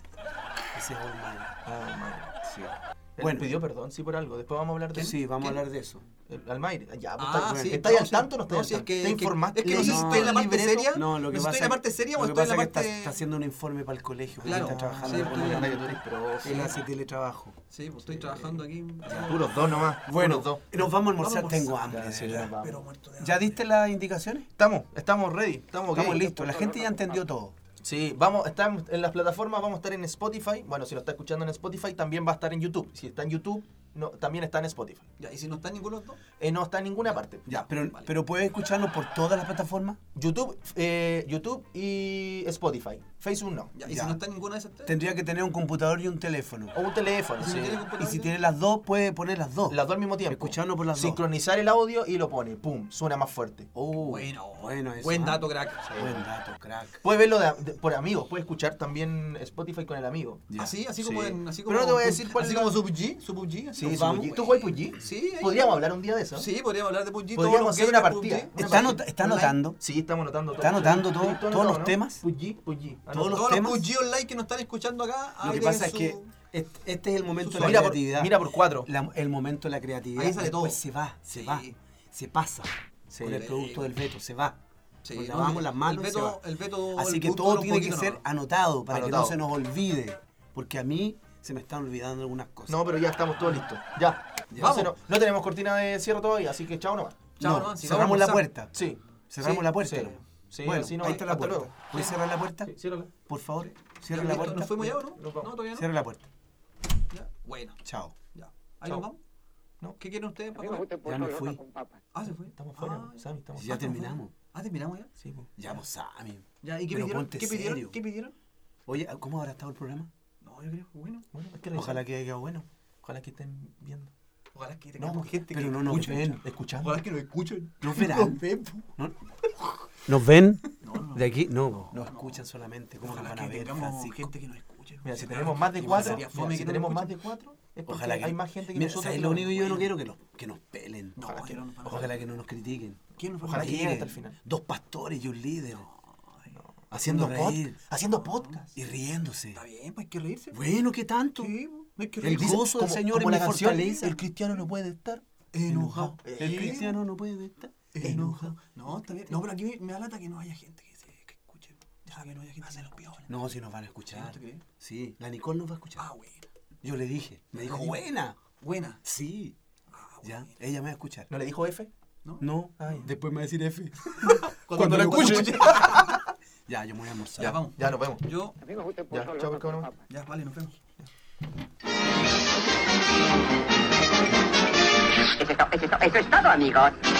Ese es Almighty. Almighty. Sí. Bueno. Bueno. pidió perdón, sí, por algo. Después vamos a hablar de Sí, vamos ¿Qué? a hablar de eso. El- Almighty. Ya, pues, Ah, está- sí, ¿estáis no, al sí. tanto o no estáis No, al sí, es tanto? que- ¿Te es que- informaste? es que no sé si ¿Leíste estoy en la el parte libreto? seria. No, lo No que estoy pasa en la es- parte seria, lo o que estoy en pasa la es que parte- está, está haciendo un informe para el colegio. porque Claro, está trabajando sí, con estoy- una Verdad que nota. tú eres profe. Él hace teletrabajo. Sí, pues estoy trabajando aquí. Puros dos nomás. Bueno, puros dos. nos vamos a almorzar. Vamos a Tengo almorzar. hambre, Ya, de sí, verdad. nos vamos. Pero muerto de ¿Ya hambre. diste las indicaciones? Estamos, estamos ready. Estamos, ok. Estamos listos. La gente ya entendió todo. Sí, vamos, estamos en las plataformas, vamos a estar en Spotify. Bueno, si lo está escuchando en Spotify, también va a estar en YouTube. Si está en YouTube, no, también está en Spotify. Ya, y si no está ninguno de los dos. Eh, no está en ninguna parte. Ya, pero, vale. pero puedes escucharlo por todas las plataformas. YouTube, eh, YouTube y Spotify. Facebook no. Ya, y Ya. si no está ninguno de esos tres. Tendría que tener un computador y un teléfono. O un teléfono, Y si sí. no tiene computador, Y si tiene las dos, puede poner las dos. Las dos al mismo tiempo. Escucharlo por las dos. Sincronizar el audio y lo pone. Pum, suena más fuerte. Oh, Bueno, bueno eso, Buen ¿ah? dato, crack. Buen dato, crack. Puede verlo de- de- por amigos, puede escuchar también Spotify con el amigo. Ya. Así, así como Sí. en. Así Pero como, no te voy a decir cuál Así es la- como su PUBG. Su PUBG. así Sí, como- su vamos, PUBG. ¿Tú güey. juegas PUBG? Sí, ahí- Podríamos hablar un día de eso. Sí, podríamos hablar de PUBG. Podríamos todos los hacer gamers una de partida. PUBG. Una ¿Está, partida. anota- está Online. anotando? Sí, estamos anotando todo. ¿Está anotando todo- Sí, todo todos los ¿no? temas? Pulli, pulli. Ah, Todos no. los Todos los temas. PUBG online que nos están escuchando acá. Lo que agreguen pasa es su- que este, este es el momento de la mira, por, creatividad. mira por cuatro. La- el momento de la creatividad. Ahí sale después todo. Se va, se Sí. va, se pasa. Sí. Con el producto del veto, se va. Sí, no, Nos Pues lavamos el- las manos. el y se veto- va. el veto- Así el que punto todo era un tiene que poquito ser nomás. anotado para que Anotado. no se nos olvide. Porque a mí se me están olvidando algunas cosas. No, pero ya estamos todos listos. Ya. Ya. Vamos. Vamos. No, no tenemos cortina de cierre todavía, así que chao nomás. Chao, No, ¿no? Si cerramos vamos a la almorzar. puerta. Sí. Cerramos Sí, la puerta. sí. Sí, bueno, así no- ahí está la hasta puerta. luego. ¿Puedes cerrar la puerta? Sí, ciérrala. Por favor, Ya, cierra la listo, puerta. ¿Nos fuimos ya o no? Nos vamos. No, todavía Cierra no. la puerta. Ya, Bueno, Chao. ya. Ahí Chao. nos vamos. ¿No? ¿Qué quieren ustedes A para mí me comer? gusta el Ya pollo me loco fui. con papas. Ah, se fue. Estamos fuera. Ah, Sammy, estamos Ya fuera. terminamos. Ah, terminamos ya. Sí, po. Ya vos Sammy. Ya, ¿y qué Pero pidieron? ponte ¿Qué pidieron? serio. ¿Qué pidieron? Oye, ¿cómo habrá estado el programa? No, yo creo que bueno. Bueno, hay que revisar. Ojalá que haya quedado bueno. Ojalá que estén viendo. Ojalá que No, tengamos gente pero que no nos escuche. ven. Escuchando. Ojalá que nos escuchen. Nos verán. Nos ven, po. ¿Nos ven? No, no. ¿De aquí? No. Nos escuchan solamente. ¿Cómo nos Ojalá van a que ver, tengamos Francisco? gente que nos escuche. Mira, si Sería- tenemos más de cuatro, sería mira, fome si que no tenemos nos más de escuchen. cuatro, Es porque Ojalá que. hay más gente que Mira, nosotros. ¿sabes que lo nos único que yo no apoya. quiero que nos, que nos pelen. No, Ojalá que yo no. no. Ojalá que no nos critiquen. ¿Quién nos va a Ojalá que creer? llegue hasta el final. Dos pastores y un líder. Haciendo, Haciendo reír. pod- haciendo podcast. Y riéndose. Está bien, pues hay que reírse. Bueno, ¿qué tanto? Sí, pues, hay que El reírse. Dice, gozo del como- Señor como es la mi canción, fortaleza. El cristiano no puede estar Enojado. El cristiano no puede estar eh, Enojado. No, está bien. No, pero aquí me, me da lata que no haya gente que, se, que escuche. Deja que no haya gente que se los piola. No, si nos van ¿No a escuchar. te crees? Sí, la Nicole nos va a Ah, escuchar. buena. Yo le dije. Me dijo, dijo. buena. Buena. Sí. Ah, buena. Ya, ella me va a escuchar. ¿No le dijo F? No, Ah, ya. después me va a decir F. Cuando, la lo escuche. escuche. Ya, yo me voy a almorzar. Ya, vamos. Ya nos vemos. Yo, A mí me gusta el Ya, pollo, chao, loco, cabrón. papá. ya, vale, nos vemos. Eso es todo, eso es todo, eso es todo, amigos.